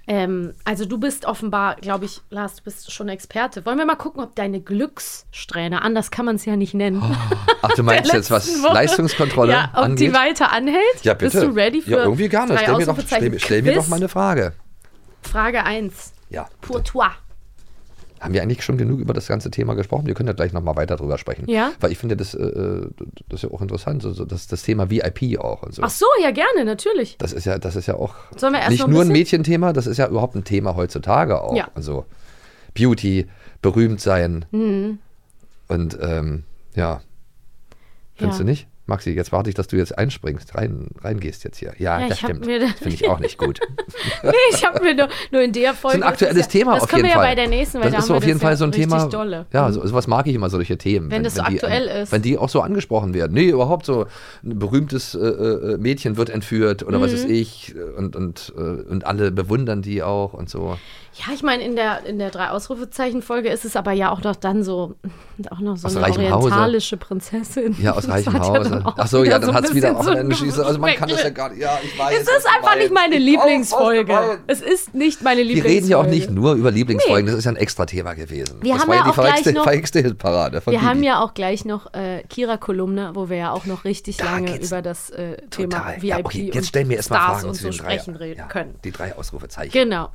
[SPEAKER 5] Ähm, also du bist offenbar, glaube ich, Lars, du bist schon Experte. Wollen wir mal gucken, ob deine Glückssträhne, anders kann man es ja nicht nennen, [laughs]
[SPEAKER 4] Ach, du meinst Ah, jetzt, was
[SPEAKER 5] letzten Woche-
[SPEAKER 4] Leistungskontrolle
[SPEAKER 5] ja, ob
[SPEAKER 4] angeht?
[SPEAKER 5] die weiter anhält.
[SPEAKER 4] ja, bitte.
[SPEAKER 5] Bist du ready für
[SPEAKER 4] ja, irgendwie gar nicht.
[SPEAKER 5] drei
[SPEAKER 4] Stell mir, doch,
[SPEAKER 5] Ausrufezeichen
[SPEAKER 4] stell, mir- stell mir
[SPEAKER 5] Quiz?
[SPEAKER 4] doch mal eine Frage.
[SPEAKER 5] Frage 1.
[SPEAKER 4] Ja, bitte.
[SPEAKER 5] Courtois.
[SPEAKER 4] Haben wir eigentlich schon genug über das ganze Thema gesprochen? Wir können ja gleich nochmal weiter drüber sprechen.
[SPEAKER 5] Ja.
[SPEAKER 4] Weil ich finde das, äh, äh, das ist ja auch interessant, so, so, das, das Thema VIP auch und so.
[SPEAKER 5] Ach so, ja gerne, natürlich. [laughs]
[SPEAKER 4] Das ist ja, das ist ja auch
[SPEAKER 5] Sollen wir erst
[SPEAKER 4] nicht
[SPEAKER 5] noch ein
[SPEAKER 4] nur ein
[SPEAKER 5] bisschen-
[SPEAKER 4] Mädchenthema, das ist ja überhaupt ein Thema heutzutage auch.
[SPEAKER 5] Ja.
[SPEAKER 4] Also Beauty, berühmt sein
[SPEAKER 5] Mhm.
[SPEAKER 4] und ähm, ja, findest
[SPEAKER 5] Ja.
[SPEAKER 4] du nicht? Maxi, jetzt warte ich, dass du jetzt einspringst, rein, reingehst jetzt hier. Ja,
[SPEAKER 5] Ja,
[SPEAKER 4] das
[SPEAKER 5] ich hab
[SPEAKER 4] stimmt.
[SPEAKER 5] mir da-
[SPEAKER 4] Das finde ich auch
[SPEAKER 5] [laughs]
[SPEAKER 4] nicht gut.
[SPEAKER 5] Nee, ich habe mir nur, nur in der Folge.
[SPEAKER 4] Das ist ein aktuelles
[SPEAKER 5] das
[SPEAKER 4] Thema
[SPEAKER 5] das
[SPEAKER 4] auf jeden
[SPEAKER 5] können wir
[SPEAKER 4] Fall.
[SPEAKER 5] ja bei der nächsten, weil
[SPEAKER 4] das
[SPEAKER 5] da
[SPEAKER 4] ist
[SPEAKER 5] haben
[SPEAKER 4] so
[SPEAKER 5] wir
[SPEAKER 4] auf jeden
[SPEAKER 5] das ja
[SPEAKER 4] Fall so ein
[SPEAKER 5] richtig
[SPEAKER 4] Thema.
[SPEAKER 5] Dolle.
[SPEAKER 4] Ja, so, sowas mag ich immer, solche Themen.
[SPEAKER 5] Wenn das so aktuell
[SPEAKER 4] die,
[SPEAKER 5] ist.
[SPEAKER 4] Wenn die auch so angesprochen werden. Nee, überhaupt so ein berühmtes äh, äh, Mädchen wird entführt oder was ist
[SPEAKER 5] Mhm.
[SPEAKER 4] ich und, und, äh, und alle bewundern die auch und so.
[SPEAKER 5] Ja, ich meine, in der, in der Drei-Ausrufezeichen-Folge ist es aber ja auch noch dann so, auch noch so
[SPEAKER 4] Aus
[SPEAKER 5] eine
[SPEAKER 4] reichem Hause.
[SPEAKER 5] orientalische Prinzessin.
[SPEAKER 4] Ja, aus
[SPEAKER 5] Das
[SPEAKER 4] reichem
[SPEAKER 5] hat ja
[SPEAKER 4] Hause.
[SPEAKER 5] dann auch
[SPEAKER 4] Ach so, ja, dann hat's
[SPEAKER 5] ein
[SPEAKER 4] wieder
[SPEAKER 5] bisschen
[SPEAKER 4] auch
[SPEAKER 5] so
[SPEAKER 4] einen Schießer. Also man kann das ja
[SPEAKER 5] Geschmäckle.
[SPEAKER 4] gar nicht. Ja, ich weiß.
[SPEAKER 5] Es ist einfach nicht meine Lieblingsfolge. Es ist nicht meine
[SPEAKER 4] Wir
[SPEAKER 5] Lieblingsfolge.
[SPEAKER 4] reden ja auch nicht nur über Lieblingsfolgen, das ist ja ein extra Thema gewesen.
[SPEAKER 5] Wir
[SPEAKER 4] das
[SPEAKER 5] haben
[SPEAKER 4] war
[SPEAKER 5] ja
[SPEAKER 4] die
[SPEAKER 5] auch gleich
[SPEAKER 4] verrückte-
[SPEAKER 5] noch-
[SPEAKER 4] verrückte Hitparade von
[SPEAKER 5] Wir haben
[SPEAKER 4] Bibi.
[SPEAKER 5] ja auch gleich noch äh, Kira Kolumne, wo wir ja auch noch richtig
[SPEAKER 4] Da
[SPEAKER 5] lange
[SPEAKER 4] geht's
[SPEAKER 5] über das äh, Thema
[SPEAKER 4] Total.
[SPEAKER 5] VIP
[SPEAKER 4] Ja, okay,
[SPEAKER 5] und
[SPEAKER 4] jetzt stellen wir erstmal
[SPEAKER 5] Stars
[SPEAKER 4] Fragen
[SPEAKER 5] und
[SPEAKER 4] zu
[SPEAKER 5] so
[SPEAKER 4] den drei.
[SPEAKER 5] sprechen reden
[SPEAKER 4] ja,
[SPEAKER 5] können.
[SPEAKER 4] Die drei Ausrufezeichen.
[SPEAKER 5] Genau.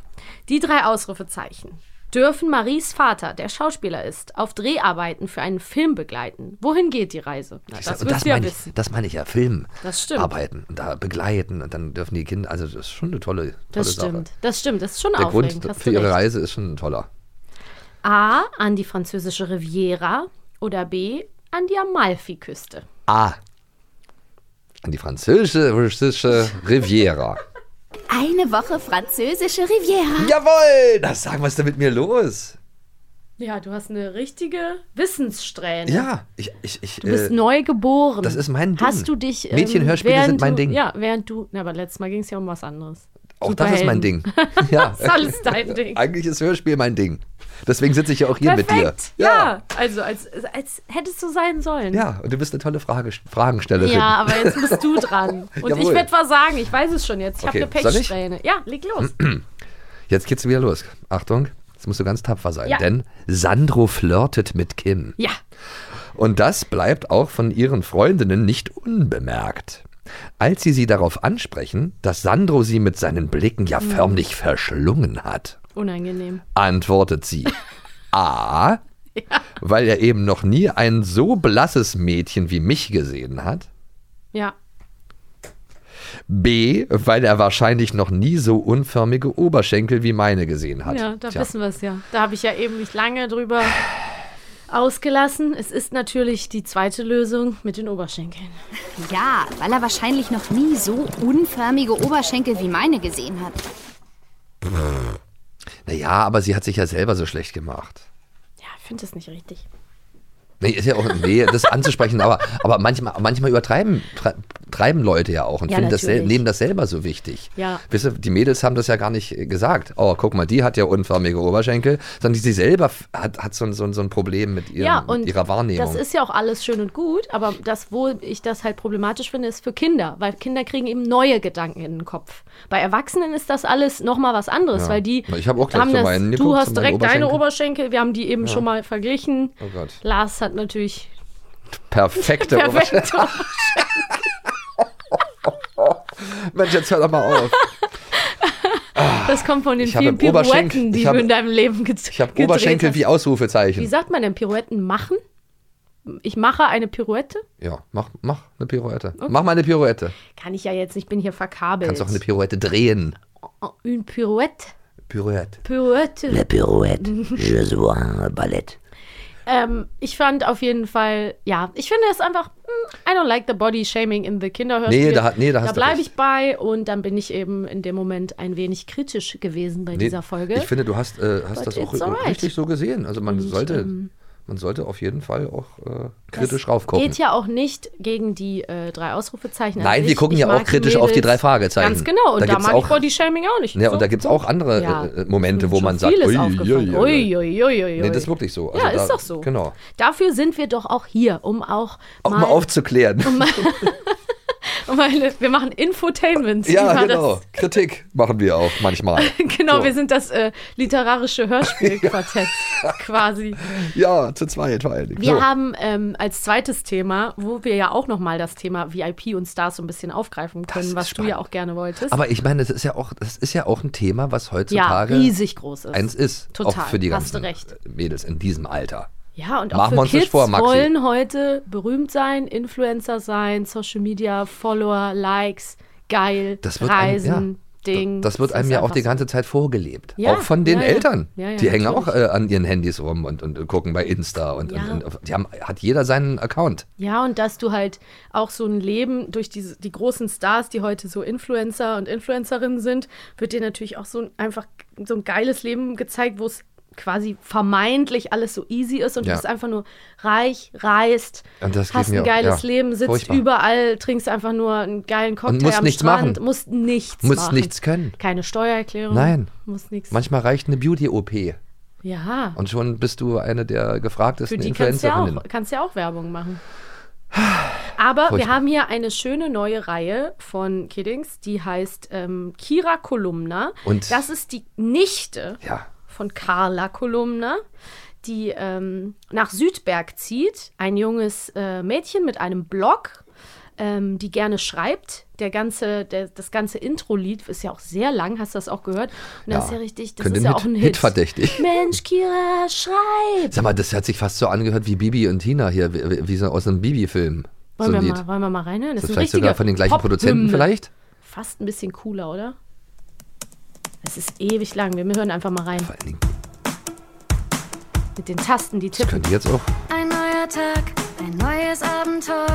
[SPEAKER 5] Die drei Ausrufezeichen. Dürfen Maries Vater, der Schauspieler ist, auf Dreharbeiten für einen Film begleiten? Wohin geht die Reise? Na,
[SPEAKER 4] Siehst du,
[SPEAKER 5] das
[SPEAKER 4] und
[SPEAKER 5] wirst
[SPEAKER 4] das
[SPEAKER 5] du ja
[SPEAKER 4] meine ich,
[SPEAKER 5] wissen.
[SPEAKER 4] das meine ich ja, Filmen
[SPEAKER 5] Das stimmt.
[SPEAKER 4] arbeiten und da begleiten und dann dürfen die Kinder, also das ist schon eine tolle, tolle
[SPEAKER 5] Das
[SPEAKER 4] Sache.
[SPEAKER 5] stimmt. Das stimmt. Das ist schon
[SPEAKER 4] Der
[SPEAKER 5] aufregend.
[SPEAKER 4] Grund
[SPEAKER 5] hast
[SPEAKER 4] für
[SPEAKER 5] du
[SPEAKER 4] ihre
[SPEAKER 5] recht.
[SPEAKER 4] Reise ist schon ein toller.
[SPEAKER 5] A. An die französische Riviera oder B. An die Amalfiküste.
[SPEAKER 4] A. An die französische, französische
[SPEAKER 5] [laughs]
[SPEAKER 4] Riviera.
[SPEAKER 9] Eine Woche französische Riviera.
[SPEAKER 4] Jawohl! Das sagen, was ist denn mit mir los?
[SPEAKER 5] Ja, du hast eine richtige Wissenssträhne.
[SPEAKER 4] Ja, ich. ich, ich
[SPEAKER 5] Du bist
[SPEAKER 4] äh,
[SPEAKER 5] neu geboren.
[SPEAKER 4] das ist mein Ding.
[SPEAKER 5] Hast du dich. ähm,
[SPEAKER 4] Mädchenhörspiele sind
[SPEAKER 5] während
[SPEAKER 4] mein
[SPEAKER 5] du,
[SPEAKER 4] Ding.
[SPEAKER 5] Ja, während du. Na, aber letztes Mal ging es ja um was anderes.
[SPEAKER 4] auch das ist mein
[SPEAKER 5] [laughs]
[SPEAKER 4] Ding. Ja.
[SPEAKER 5] Das ist alles dein Ding.
[SPEAKER 4] Eigentlich ist Hörspiel mein Ding. Deswegen sitze ich ja auch hier
[SPEAKER 5] Perfekt.
[SPEAKER 4] mit dir.
[SPEAKER 5] Ja. also als, als hättest du sein sollen.
[SPEAKER 4] Ja, und du bist eine tolle Frage, Fragenstellerin.
[SPEAKER 5] Ja, aber jetzt bist [laughs] du dran. Und ich
[SPEAKER 4] Jawohl.
[SPEAKER 5] werde was sagen. Ich weiß es schon jetzt. Ich
[SPEAKER 4] Okay,
[SPEAKER 5] habe
[SPEAKER 4] soll
[SPEAKER 5] eine
[SPEAKER 4] ich?
[SPEAKER 5] Pechsträhne. Ja, leg
[SPEAKER 4] [clears throat]
[SPEAKER 5] los.
[SPEAKER 4] Jetzt geht's wieder los. Achtung, jetzt musst du ganz tapfer sein,
[SPEAKER 5] Ja.
[SPEAKER 4] denn Sandro flirtet mit Kim.
[SPEAKER 5] ja.
[SPEAKER 4] Und das bleibt auch von ihren Freundinnen nicht unbemerkt. Als sie sie darauf ansprechen, dass Sandro sie mit seinen Blicken
[SPEAKER 5] Mhm.
[SPEAKER 4] ja förmlich verschlungen hat,
[SPEAKER 5] Unangenehm. [laughs]
[SPEAKER 4] antwortet sie A, weil er eben noch nie ein so blasses Mädchen wie mich gesehen hat,
[SPEAKER 5] Ja.
[SPEAKER 4] B, weil er wahrscheinlich noch nie so unförmige Oberschenkel wie meine gesehen hat.
[SPEAKER 5] Ja, da
[SPEAKER 4] Tja.
[SPEAKER 5] wissen wir es ja. Da habe ich ja eben mich lange drüber ausgelassen. Es ist natürlich die zweite Lösung mit den Oberschenkeln.
[SPEAKER 9] Ja, weil er wahrscheinlich noch nie so unförmige Oberschenkel wie meine gesehen hat.
[SPEAKER 4] Naja, aber sie hat sich ja selber so schlecht gemacht.
[SPEAKER 5] Ja, ich finde das nicht richtig.
[SPEAKER 4] Nee, ist ja auch nee, das anzusprechen, aber, aber manchmal, manchmal übertreiben tre- treiben Leute ja auch und
[SPEAKER 5] Ja,
[SPEAKER 4] finden das sel
[SPEAKER 5] natürlich.
[SPEAKER 4] nehmen das selber so wichtig.
[SPEAKER 5] Ja.
[SPEAKER 4] Wisst ihr, die Mädels haben das ja gar nicht äh, gesagt. Oh, guck mal, die hat ja unförmige Oberschenkel, sondern die- sie selber f- hat, hat so, ein, so, ein, so ein Problem mit, ihrem,
[SPEAKER 5] ja, und
[SPEAKER 4] mit ihrer Wahrnehmung.
[SPEAKER 5] das ist ja auch alles schön und gut, aber das, wo ich das halt problematisch finde, ist für Kinder, weil Kinder kriegen eben neue Gedanken in den Kopf. Bei Erwachsenen ist das alles nochmal was anderes, weil die
[SPEAKER 4] Na, ich hab auch gleich
[SPEAKER 5] haben
[SPEAKER 4] zu
[SPEAKER 5] das,
[SPEAKER 4] meinen geguckt,
[SPEAKER 5] du
[SPEAKER 4] zu
[SPEAKER 5] hast
[SPEAKER 4] meinen
[SPEAKER 5] direkt deine
[SPEAKER 4] Oberschenkel.
[SPEAKER 5] Oberschenkel, wir haben die eben schon mal verglichen.
[SPEAKER 4] Oh Gott.
[SPEAKER 5] Lars hat natürlich [laughs]
[SPEAKER 4] Perfekte Oberschenkel.
[SPEAKER 5] perfekt.
[SPEAKER 4] [laughs] Mensch, jetzt hör doch mal auf.
[SPEAKER 5] Das kommt von den
[SPEAKER 4] Ich habe
[SPEAKER 5] vielen
[SPEAKER 4] im Oberschenkel-
[SPEAKER 5] Pirouetten, die
[SPEAKER 4] ich habe-
[SPEAKER 5] du in deinem Leben get
[SPEAKER 4] Ich habe
[SPEAKER 5] gedreht
[SPEAKER 4] Oberschenkel
[SPEAKER 5] hast.
[SPEAKER 4] wie Ausrufezeichen.
[SPEAKER 5] Wie sagt man denn Pirouetten machen? Ich mache eine Pirouette?
[SPEAKER 4] ja, mach, mach eine Pirouette. Mach mal eine Pirouette.
[SPEAKER 5] Kann ich ja Oh jetzt nicht, bin hier verkabelt.
[SPEAKER 4] Kannst auch eine Pirouette drehen.
[SPEAKER 5] Une Pirouette.
[SPEAKER 4] Pirouette.
[SPEAKER 5] Pirouette.
[SPEAKER 11] Pirouette. Je vois un Ballett.
[SPEAKER 5] Ähm, ich fand auf jeden Fall, ja, ich finde es einfach, mm, I don't like the body shaming in the Kinderhörspiel.
[SPEAKER 4] Nee, da hat- nee, da hast
[SPEAKER 5] da
[SPEAKER 4] du
[SPEAKER 5] bleibe
[SPEAKER 4] recht.
[SPEAKER 5] ich bei und dann bin ich eben in dem Moment ein wenig kritisch gewesen bei
[SPEAKER 4] Nee,
[SPEAKER 5] dieser Folge.
[SPEAKER 4] Ich finde, du hast, äh, hast
[SPEAKER 5] But
[SPEAKER 4] das auch
[SPEAKER 5] it's alright.
[SPEAKER 4] richtig so gesehen. Also man
[SPEAKER 5] Und,
[SPEAKER 4] sollte,
[SPEAKER 5] ähm,
[SPEAKER 4] man sollte auf jeden Fall auch äh, kritisch
[SPEAKER 5] Das
[SPEAKER 4] raufgucken.
[SPEAKER 5] Geht ja auch nicht gegen die äh, drei Ausrufezeichen. an
[SPEAKER 4] Nein, wir
[SPEAKER 5] sich.
[SPEAKER 4] gucken
[SPEAKER 5] Ich
[SPEAKER 4] ja auch
[SPEAKER 5] mag die
[SPEAKER 4] kritisch auf die
[SPEAKER 5] Mädels.
[SPEAKER 4] drei Fragezeichen.
[SPEAKER 5] Ganz genau, und
[SPEAKER 4] Da
[SPEAKER 5] da,
[SPEAKER 4] gibt's
[SPEAKER 5] mag
[SPEAKER 4] auch-
[SPEAKER 5] ich Bodyshaming auch nicht.
[SPEAKER 4] Ja, und da gibt es auch andere
[SPEAKER 5] Ja.
[SPEAKER 4] äh, Momente, wo man
[SPEAKER 5] Sagt,
[SPEAKER 4] sagt,
[SPEAKER 5] Vieles
[SPEAKER 4] ui,
[SPEAKER 5] aufgefallen.
[SPEAKER 4] ui, ui.
[SPEAKER 5] Ui, ui, ui, ui,
[SPEAKER 4] Nee,
[SPEAKER 5] ui.
[SPEAKER 4] das ist wirklich so.
[SPEAKER 5] ja,
[SPEAKER 4] Also
[SPEAKER 5] ist
[SPEAKER 4] da-
[SPEAKER 5] doch so.
[SPEAKER 4] Genau.
[SPEAKER 5] Dafür sind wir doch auch hier, um auch,
[SPEAKER 4] Auch
[SPEAKER 5] [laughs]
[SPEAKER 4] mal aufzuklären.
[SPEAKER 5] um eine, wir machen Infotainment.
[SPEAKER 4] [laughs] ja,
[SPEAKER 5] über
[SPEAKER 4] genau. Kritik machen wir auch
[SPEAKER 5] [laughs]
[SPEAKER 4] manchmal.
[SPEAKER 5] Das, [laughs] genau,
[SPEAKER 4] So.
[SPEAKER 5] wir sind das äh, literarische
[SPEAKER 4] [laughs]
[SPEAKER 5] Hörspielquartett quasi.
[SPEAKER 4] Ja, zu zweit vor allen Dingen.
[SPEAKER 5] Wir
[SPEAKER 4] so.
[SPEAKER 5] haben ähm, als zweites Thema, wo wir ja auch nochmal das Thema VIP und Stars so ein bisschen aufgreifen können, was du ja auch gerne wolltest.
[SPEAKER 4] Aber ich meine, das ist ja auch, das ist ja auch ein Thema, was heutzutage
[SPEAKER 5] riesig groß ist.
[SPEAKER 4] Eins ist.
[SPEAKER 5] Total,
[SPEAKER 4] Auch für die
[SPEAKER 5] hast
[SPEAKER 4] ganzen äh,
[SPEAKER 5] du recht.
[SPEAKER 4] Mädels in diesem Alter.
[SPEAKER 5] ja, und auch
[SPEAKER 4] Machen wir
[SPEAKER 5] für
[SPEAKER 4] uns nicht
[SPEAKER 5] Kids
[SPEAKER 4] vor, Maxi.
[SPEAKER 5] wollen heute berühmt sein, Influencer sein, Social Media, Follower, Likes, geil,
[SPEAKER 4] Das wird einem-
[SPEAKER 5] Reisen, Ding.
[SPEAKER 4] Das wird einem
[SPEAKER 5] ist
[SPEAKER 4] ja auch
[SPEAKER 5] einfach
[SPEAKER 4] die
[SPEAKER 5] so.
[SPEAKER 4] ganze Zeit vorgelebt.
[SPEAKER 5] Ja,
[SPEAKER 4] auch von den
[SPEAKER 5] ja, ja.
[SPEAKER 4] Eltern.
[SPEAKER 5] Ja, ja,
[SPEAKER 4] die hängen auch
[SPEAKER 5] natürlich.
[SPEAKER 4] äh, an ihren Handys rum und, und gucken bei Insta und,
[SPEAKER 5] Ja.
[SPEAKER 4] und, und die haben, hat jeder seinen Account.
[SPEAKER 5] Ja, und dass du halt auch so ein Leben durch diese, die großen Stars, die heute so Influencer und Influencerinnen sind, wird dir natürlich auch so ein, einfach so ein geiles Leben gezeigt, wo es quasi vermeintlich alles so easy ist und
[SPEAKER 4] Ja.
[SPEAKER 5] du bist einfach nur reich, reist,
[SPEAKER 4] Und das geht
[SPEAKER 5] hast
[SPEAKER 4] mir
[SPEAKER 5] ein
[SPEAKER 4] auch-
[SPEAKER 5] geiles
[SPEAKER 4] ja,
[SPEAKER 5] Leben, sitzt
[SPEAKER 4] furchtbar.
[SPEAKER 5] überall, trinkst einfach nur einen geilen Cocktail
[SPEAKER 4] musst
[SPEAKER 5] am
[SPEAKER 4] nichts
[SPEAKER 5] Strand,
[SPEAKER 4] machen.
[SPEAKER 5] musst nichts
[SPEAKER 4] Musst
[SPEAKER 5] machen.
[SPEAKER 4] nichts können.
[SPEAKER 5] Keine Steuererklärung.
[SPEAKER 4] Nein.
[SPEAKER 5] Musst nichts.
[SPEAKER 4] Manchmal reicht eine Beauty-OP.
[SPEAKER 5] Ja.
[SPEAKER 4] Und schon bist du eine der gefragtesten
[SPEAKER 5] Für die kannst du, ja
[SPEAKER 4] Influencerinnen.
[SPEAKER 5] auch, kannst ja auch Werbung machen. Aber wir
[SPEAKER 4] Furchtbar.
[SPEAKER 5] haben hier eine schöne neue Reihe von Kiddings, die heißt ähm, Kira Kolumna.
[SPEAKER 4] Und-
[SPEAKER 5] das ist die Nichte
[SPEAKER 4] Ja.
[SPEAKER 5] von Carla Kolumna, die ähm, nach Südberg zieht. Ein junges äh, Mädchen mit einem Blog, ähm, die gerne schreibt. Der ganze, der, das ganze Intro-Lied ist ja auch sehr lang, hast du das auch gehört? Und das
[SPEAKER 4] Ja.
[SPEAKER 5] ist ja richtig, das
[SPEAKER 4] Könnte
[SPEAKER 5] ist
[SPEAKER 4] ein
[SPEAKER 5] ja
[SPEAKER 4] Hit-
[SPEAKER 5] auch ein Hit.
[SPEAKER 4] hitverdächtig.
[SPEAKER 5] Mensch, Kira, schreib!
[SPEAKER 4] Sag mal, das hat sich fast so angehört wie Bibi und Tina hier, wie, wie- wie so aus einem Bibi-Film. So
[SPEAKER 5] Wollen,
[SPEAKER 4] ein
[SPEAKER 5] wir
[SPEAKER 4] Lied.
[SPEAKER 5] mal, wollen wir mal reinhören?
[SPEAKER 4] Ist
[SPEAKER 5] Das
[SPEAKER 4] das
[SPEAKER 5] ist,
[SPEAKER 4] vielleicht
[SPEAKER 5] ein
[SPEAKER 4] sogar von den gleichen Produzenten vielleicht?
[SPEAKER 5] Fast ein bisschen cooler, oder? Es ist ewig lang. Wir hören einfach mal rein. Mit den Tasten, die tippen.
[SPEAKER 4] Könnte jetzt auch.
[SPEAKER 6] Ein neuer Tag, ein neues Abenteuer.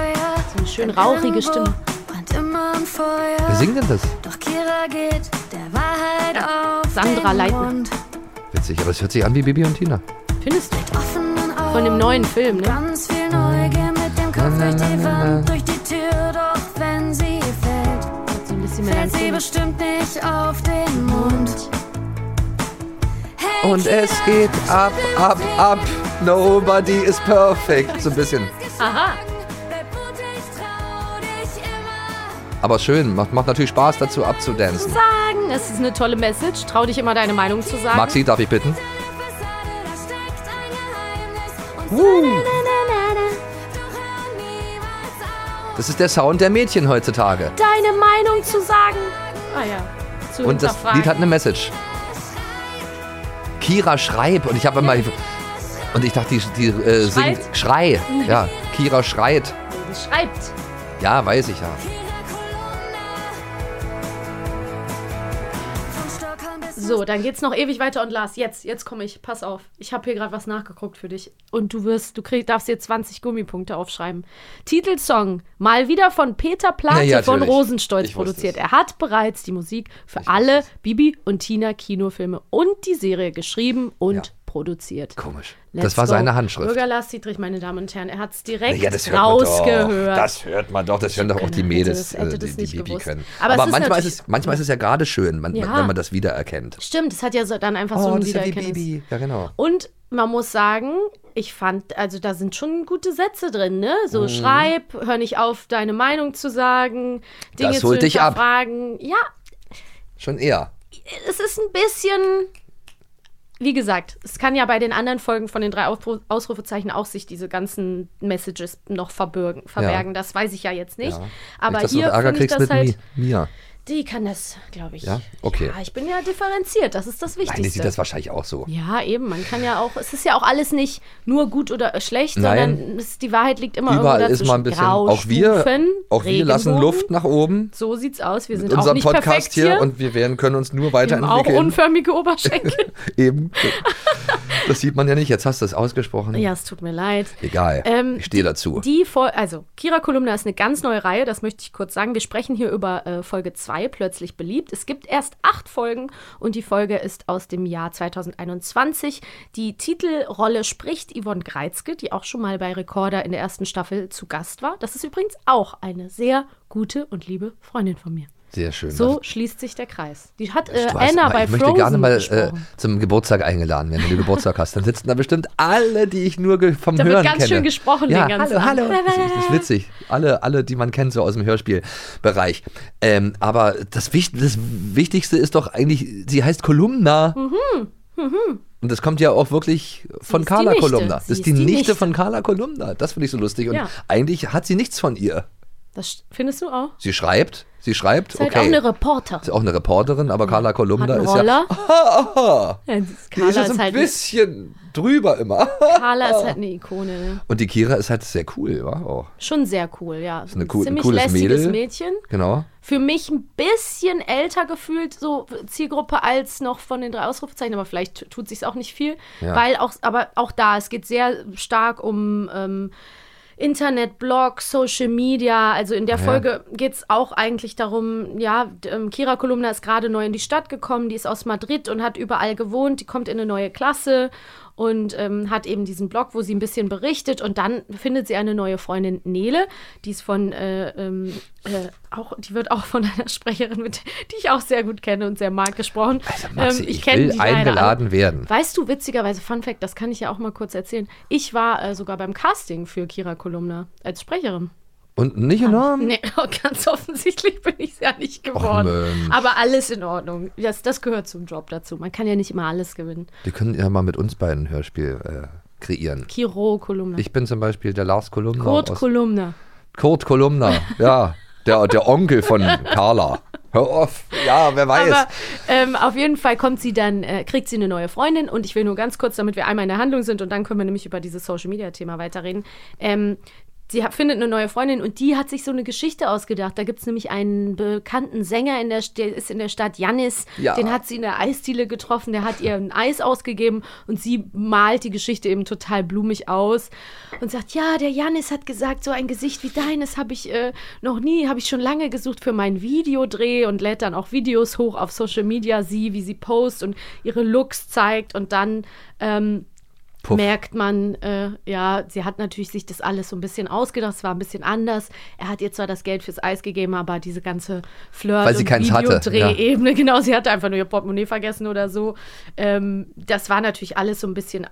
[SPEAKER 5] So eine schön rauchige Stimme.
[SPEAKER 6] Brennt immer am Feuer.
[SPEAKER 4] Wer singt denn das?
[SPEAKER 6] Doch Kira geht der Wahrheit auf.
[SPEAKER 5] Sandra
[SPEAKER 6] den
[SPEAKER 5] Leitner.
[SPEAKER 6] Grund.
[SPEAKER 4] Witzig, aber es hört sich an wie Bibi und Tina.
[SPEAKER 5] Findest du?
[SPEAKER 6] Offenen Augen.
[SPEAKER 5] Von dem neuen Film, ne?
[SPEAKER 6] Ganz viel Neugier mit dem Kopf durch die Wand, durch die Tür. Doch wenn sie fällt,
[SPEAKER 5] So ein bisschen
[SPEAKER 6] fällt sie
[SPEAKER 5] melancholisch.
[SPEAKER 6] bestimmt nicht auf den Mund. Hey,
[SPEAKER 4] Und es
[SPEAKER 6] Kira,
[SPEAKER 4] geht ab, ab, ab. Nobody is perfect. So ein bisschen.
[SPEAKER 5] Aha.
[SPEAKER 6] bleib mutig, trau dich immer.
[SPEAKER 4] Aber schön, macht, macht natürlich Spaß dazu abzudancen.
[SPEAKER 5] Sagen, das ist eine tolle Message. Trau dich immer, deine Meinung zu sagen.
[SPEAKER 4] Maxi, darf ich bitten? Das ist der Sound der Mädchen heutzutage.
[SPEAKER 5] Deine Meinung zu sagen. Ah ja. Zu
[SPEAKER 4] Und das
[SPEAKER 5] hinterfragen.
[SPEAKER 4] Lied hat eine Message. Kira Schreib. Und ich habe immer. Und ich dachte, die, die äh, singt. Schrei. Ja, Kira schreit.
[SPEAKER 5] Schreibt.
[SPEAKER 4] Ja, weiß ich ja.
[SPEAKER 5] So, dann geht's noch ewig weiter und Lars, jetzt, jetzt komme ich, pass auf. Ich habe hier gerade was nachgeguckt für dich und du wirst, du krieg, darfst dir 20 Gummipunkte aufschreiben. Titelsong, mal wieder von Peter Plate
[SPEAKER 4] Ja, ja,
[SPEAKER 5] von
[SPEAKER 4] natürlich.
[SPEAKER 5] Rosenstolz
[SPEAKER 4] Ich wusste
[SPEAKER 5] produziert. Er hat bereits die Musik für alle Bibi und Tina Kinofilme und die Serie geschrieben und
[SPEAKER 4] Ja.
[SPEAKER 5] produziert.
[SPEAKER 4] Komisch.
[SPEAKER 5] Let's
[SPEAKER 4] das war
[SPEAKER 5] go.
[SPEAKER 4] seine Handschrift.
[SPEAKER 5] Bürger Lars Dietrich, meine Damen und Herren, er hat's direkt
[SPEAKER 4] Ja, das hört man doch.
[SPEAKER 5] rausgehört.
[SPEAKER 4] Das hört man doch. Das hören doch auch
[SPEAKER 5] Keiner
[SPEAKER 4] die
[SPEAKER 5] hätte
[SPEAKER 4] Mädels,
[SPEAKER 5] das- hätte
[SPEAKER 4] äh, die,
[SPEAKER 5] das
[SPEAKER 4] die
[SPEAKER 5] nicht
[SPEAKER 4] Bibi
[SPEAKER 5] gewusst.
[SPEAKER 4] können.
[SPEAKER 5] Aber
[SPEAKER 4] Aber,
[SPEAKER 5] es ist
[SPEAKER 4] manchmal, ist
[SPEAKER 5] natürlich-
[SPEAKER 4] es, manchmal ist es ja gerade schön, man,
[SPEAKER 5] Ja.
[SPEAKER 4] wenn man das wiedererkennt.
[SPEAKER 5] Stimmt, das hat ja so, dann einfach so
[SPEAKER 4] oh,
[SPEAKER 5] ein
[SPEAKER 4] das ist ja wie
[SPEAKER 5] Wiedererkennungs-
[SPEAKER 4] Bibi. Ja, genau.
[SPEAKER 5] Und man muss sagen, ich fand, also da sind schon gute Sätze drin, ne?
[SPEAKER 4] Mhm.
[SPEAKER 5] So schreib, hör nicht auf, deine Meinung zu sagen, Dinge
[SPEAKER 4] Das
[SPEAKER 5] zu
[SPEAKER 4] holt dich ab.
[SPEAKER 5] hinterfragen. Ja,
[SPEAKER 4] Schon eher.
[SPEAKER 5] es ist ein bisschen. Wie gesagt, es kann ja bei den anderen Folgen von den drei Aufru- Ausrufezeichen auch sich diese ganzen Messages noch verbürgen, verbergen. Das weiß ich ja jetzt nicht.
[SPEAKER 4] Ja.
[SPEAKER 5] Aber
[SPEAKER 4] Nicht, dass du
[SPEAKER 5] hier
[SPEAKER 4] noch Ärger
[SPEAKER 5] finde ich
[SPEAKER 4] kriegst
[SPEAKER 5] das
[SPEAKER 4] mit
[SPEAKER 5] halt.
[SPEAKER 4] Mi- Mia.
[SPEAKER 5] Die kann das, glaube ich.
[SPEAKER 4] Ja? Okay.
[SPEAKER 5] Ja, ich bin ja differenziert, das ist das Wichtigste.
[SPEAKER 4] Nein, die sieht das wahrscheinlich auch so.
[SPEAKER 5] ja, eben, man kann ja auch, es ist ja auch alles nicht nur gut oder schlecht,
[SPEAKER 4] Nein.
[SPEAKER 5] sondern es, die Wahrheit liegt immer
[SPEAKER 4] Überall
[SPEAKER 5] irgendwo
[SPEAKER 4] ist mal ein bisschen.
[SPEAKER 5] dazwischen.
[SPEAKER 4] Auch wir,
[SPEAKER 5] Graustufen,
[SPEAKER 4] auch wir lassen
[SPEAKER 5] Regenbogen.
[SPEAKER 4] Luft nach oben.
[SPEAKER 5] So sieht's aus, wir sind
[SPEAKER 4] Mit
[SPEAKER 5] auch
[SPEAKER 4] unserem
[SPEAKER 5] nicht
[SPEAKER 4] Podcast
[SPEAKER 5] perfekt
[SPEAKER 4] hier, und wir werden, können uns nur
[SPEAKER 5] wir haben auch
[SPEAKER 4] weiterentwickeln.
[SPEAKER 5] unförmige Oberschenkel.
[SPEAKER 4] [laughs] Eben. Das sieht man ja nicht. Jetzt hast du es ausgesprochen.
[SPEAKER 5] ja, es tut mir leid.
[SPEAKER 4] Egal.
[SPEAKER 5] Ähm,
[SPEAKER 4] ich stehe dazu.
[SPEAKER 5] Die Fol also Kira Kolumna ist eine ganz neue Reihe, das möchte ich kurz sagen. Wir sprechen hier über äh, Folge 2, plötzlich beliebt. Es gibt erst acht Folgen und die Folge ist aus dem Jahr 2021. Die Titelrolle spricht Yvonne Greizke, die auch schon mal bei Recorder in der ersten Staffel zu Gast war. Das ist übrigens auch eine sehr gute und liebe Freundin von mir.
[SPEAKER 4] Sehr schön.
[SPEAKER 5] So schließt sich der Kreis. Die hat äh,
[SPEAKER 4] Du hast
[SPEAKER 5] Anna
[SPEAKER 4] mal,
[SPEAKER 5] bei
[SPEAKER 4] ich möchte
[SPEAKER 5] Frozen
[SPEAKER 4] gerne mal äh,
[SPEAKER 5] gesprochen.
[SPEAKER 4] zum Geburtstag eingeladen werden, wenn du Geburtstag hast. Dann sitzen da bestimmt alle, die ich nur ge- vom
[SPEAKER 5] Da wird
[SPEAKER 4] Hören
[SPEAKER 5] ganz
[SPEAKER 4] kenne.
[SPEAKER 5] schön gesprochen
[SPEAKER 4] ja,
[SPEAKER 5] den ganzen
[SPEAKER 4] hallo, hallo.
[SPEAKER 5] Abend.
[SPEAKER 4] Das ist, das ist witzig. Alle, alle, die man kennt, so aus dem Hörspielbereich. Ähm, aber das, Wicht, das Wichtigste ist doch eigentlich, sie heißt Kolumna.
[SPEAKER 5] Mhm. Mhm.
[SPEAKER 4] Und das kommt ja auch wirklich von
[SPEAKER 5] ist die
[SPEAKER 4] Carla
[SPEAKER 5] Nichte.
[SPEAKER 4] Kolumna. Das
[SPEAKER 5] Sie
[SPEAKER 4] ist die, Nichte, von Carla Kolumna. Das finde ich so lustig. Und
[SPEAKER 5] Ja.
[SPEAKER 4] eigentlich hat sie nichts von ihr.
[SPEAKER 5] Das st- findest du auch?
[SPEAKER 4] Sie schreibt, sie schreibt,
[SPEAKER 5] Ist
[SPEAKER 4] okay.
[SPEAKER 5] halt auch eine Reporter.
[SPEAKER 4] ist auch eine Reporterin, aber Carla Kolumna
[SPEAKER 5] Hat einen
[SPEAKER 4] ist ja.
[SPEAKER 5] Roller.
[SPEAKER 4] [laughs] Aha,
[SPEAKER 5] Ja, das ist-
[SPEAKER 4] die ist
[SPEAKER 5] Carla
[SPEAKER 4] jetzt
[SPEAKER 5] ist
[SPEAKER 4] ein
[SPEAKER 5] halt-
[SPEAKER 4] bisschen drüber immer.
[SPEAKER 5] Carla
[SPEAKER 4] Oh.
[SPEAKER 5] ist halt eine Ikone. Ne?
[SPEAKER 4] [laughs] Und die Kira ist halt sehr cool, war auch.
[SPEAKER 5] Schon sehr cool, ja.
[SPEAKER 4] Ist eine cool, ein
[SPEAKER 5] Ziemlich
[SPEAKER 4] cooles
[SPEAKER 5] lässiges
[SPEAKER 4] Mädel.
[SPEAKER 5] Mädchen.
[SPEAKER 4] Genau.
[SPEAKER 5] Für mich ein bisschen älter gefühlt, so Zielgruppe als noch von den drei Ausrufezeichen, aber vielleicht tut sich's auch nicht viel.
[SPEAKER 12] Ja.
[SPEAKER 5] Weil auch, aber auch da, es geht sehr stark um ähm, Internet, Blog, Social Media. Also in der
[SPEAKER 12] Ja.
[SPEAKER 5] Folge geht's auch eigentlich darum, ja, d- ähm, Kira Kolumna ist gerade neu in die Stadt gekommen, die ist aus Madrid und hat überall gewohnt, die kommt in eine neue Klasse und ähm, hat eben diesen Blog, wo sie ein bisschen berichtet und dann findet sie eine neue Freundin Nele, die ist von äh, ähm, äh, auch, die wird auch von einer [laughs] Sprecherin, mit, die ich auch sehr gut kenne und sehr mag, gesprochen. Also
[SPEAKER 4] Maxi, ich, will eingeladen werden.
[SPEAKER 5] Weißt du, witzigerweise, Fun Fact, das kann ich ja auch mal kurz erzählen. Ich war äh, sogar beim Casting für Kira Kolumna als Sprecherin.
[SPEAKER 4] Und nicht enorm?
[SPEAKER 5] Nee, [laughs] oh, ganz offensichtlich bin ich es ja nicht geworden.
[SPEAKER 4] Mensch.
[SPEAKER 5] Aber alles in Ordnung. Das, das gehört zum Job dazu. Man kann ja nicht immer alles gewinnen.
[SPEAKER 4] Die können ja mal mit uns beiden ein Hörspiel äh, kreieren.
[SPEAKER 5] Kiro Kolumna.
[SPEAKER 4] Ich bin zum Beispiel der Lars Kolumna.
[SPEAKER 5] Kurt
[SPEAKER 4] aus-
[SPEAKER 5] Kolumna.
[SPEAKER 4] Kurt
[SPEAKER 5] [laughs]
[SPEAKER 4] Kolumna, ja. Der, der Onkel von Carla. Hör auf. Ja, wer weiß.
[SPEAKER 5] Aber ähm, auf jeden Fall kommt sie dann, äh, kriegt sie eine neue Freundin und ich will nur ganz kurz, damit wir einmal in der Handlung sind und dann können wir nämlich über dieses Social Media Thema weiterreden. Ähm, Sie hat, findet eine neue Freundin und die hat sich so eine Geschichte ausgedacht. Da gibt es nämlich einen bekannten Sänger, in der, St- der ist in der Stadt Jannis.
[SPEAKER 12] Ja.
[SPEAKER 5] Den hat sie in der Eisdiele getroffen, der hat ihr ein Eis ausgegeben und sie malt die Geschichte eben total blumig aus und sagt, ja, der Jannis hat gesagt, so ein Gesicht wie deines habe ich äh, noch nie, habe ich schon lange gesucht für meinen Videodreh und lädt dann auch Videos hoch auf Social Media, sie, wie sie post und ihre Looks zeigt und dann ähm,
[SPEAKER 12] Puff.
[SPEAKER 5] merkt man, äh, ja, sie hat natürlich sich das alles so ein bisschen ausgedacht, es war ein bisschen anders. Er hat ihr zwar das Geld fürs Eis gegeben, aber diese ganze Flirt-
[SPEAKER 4] Weil sie
[SPEAKER 5] und
[SPEAKER 4] keins hatte, ja.
[SPEAKER 5] Videodrehebene, [laughs] genau, sie hatte einfach nur ihr Portemonnaie vergessen oder so. Ähm, das war natürlich alles so ein bisschen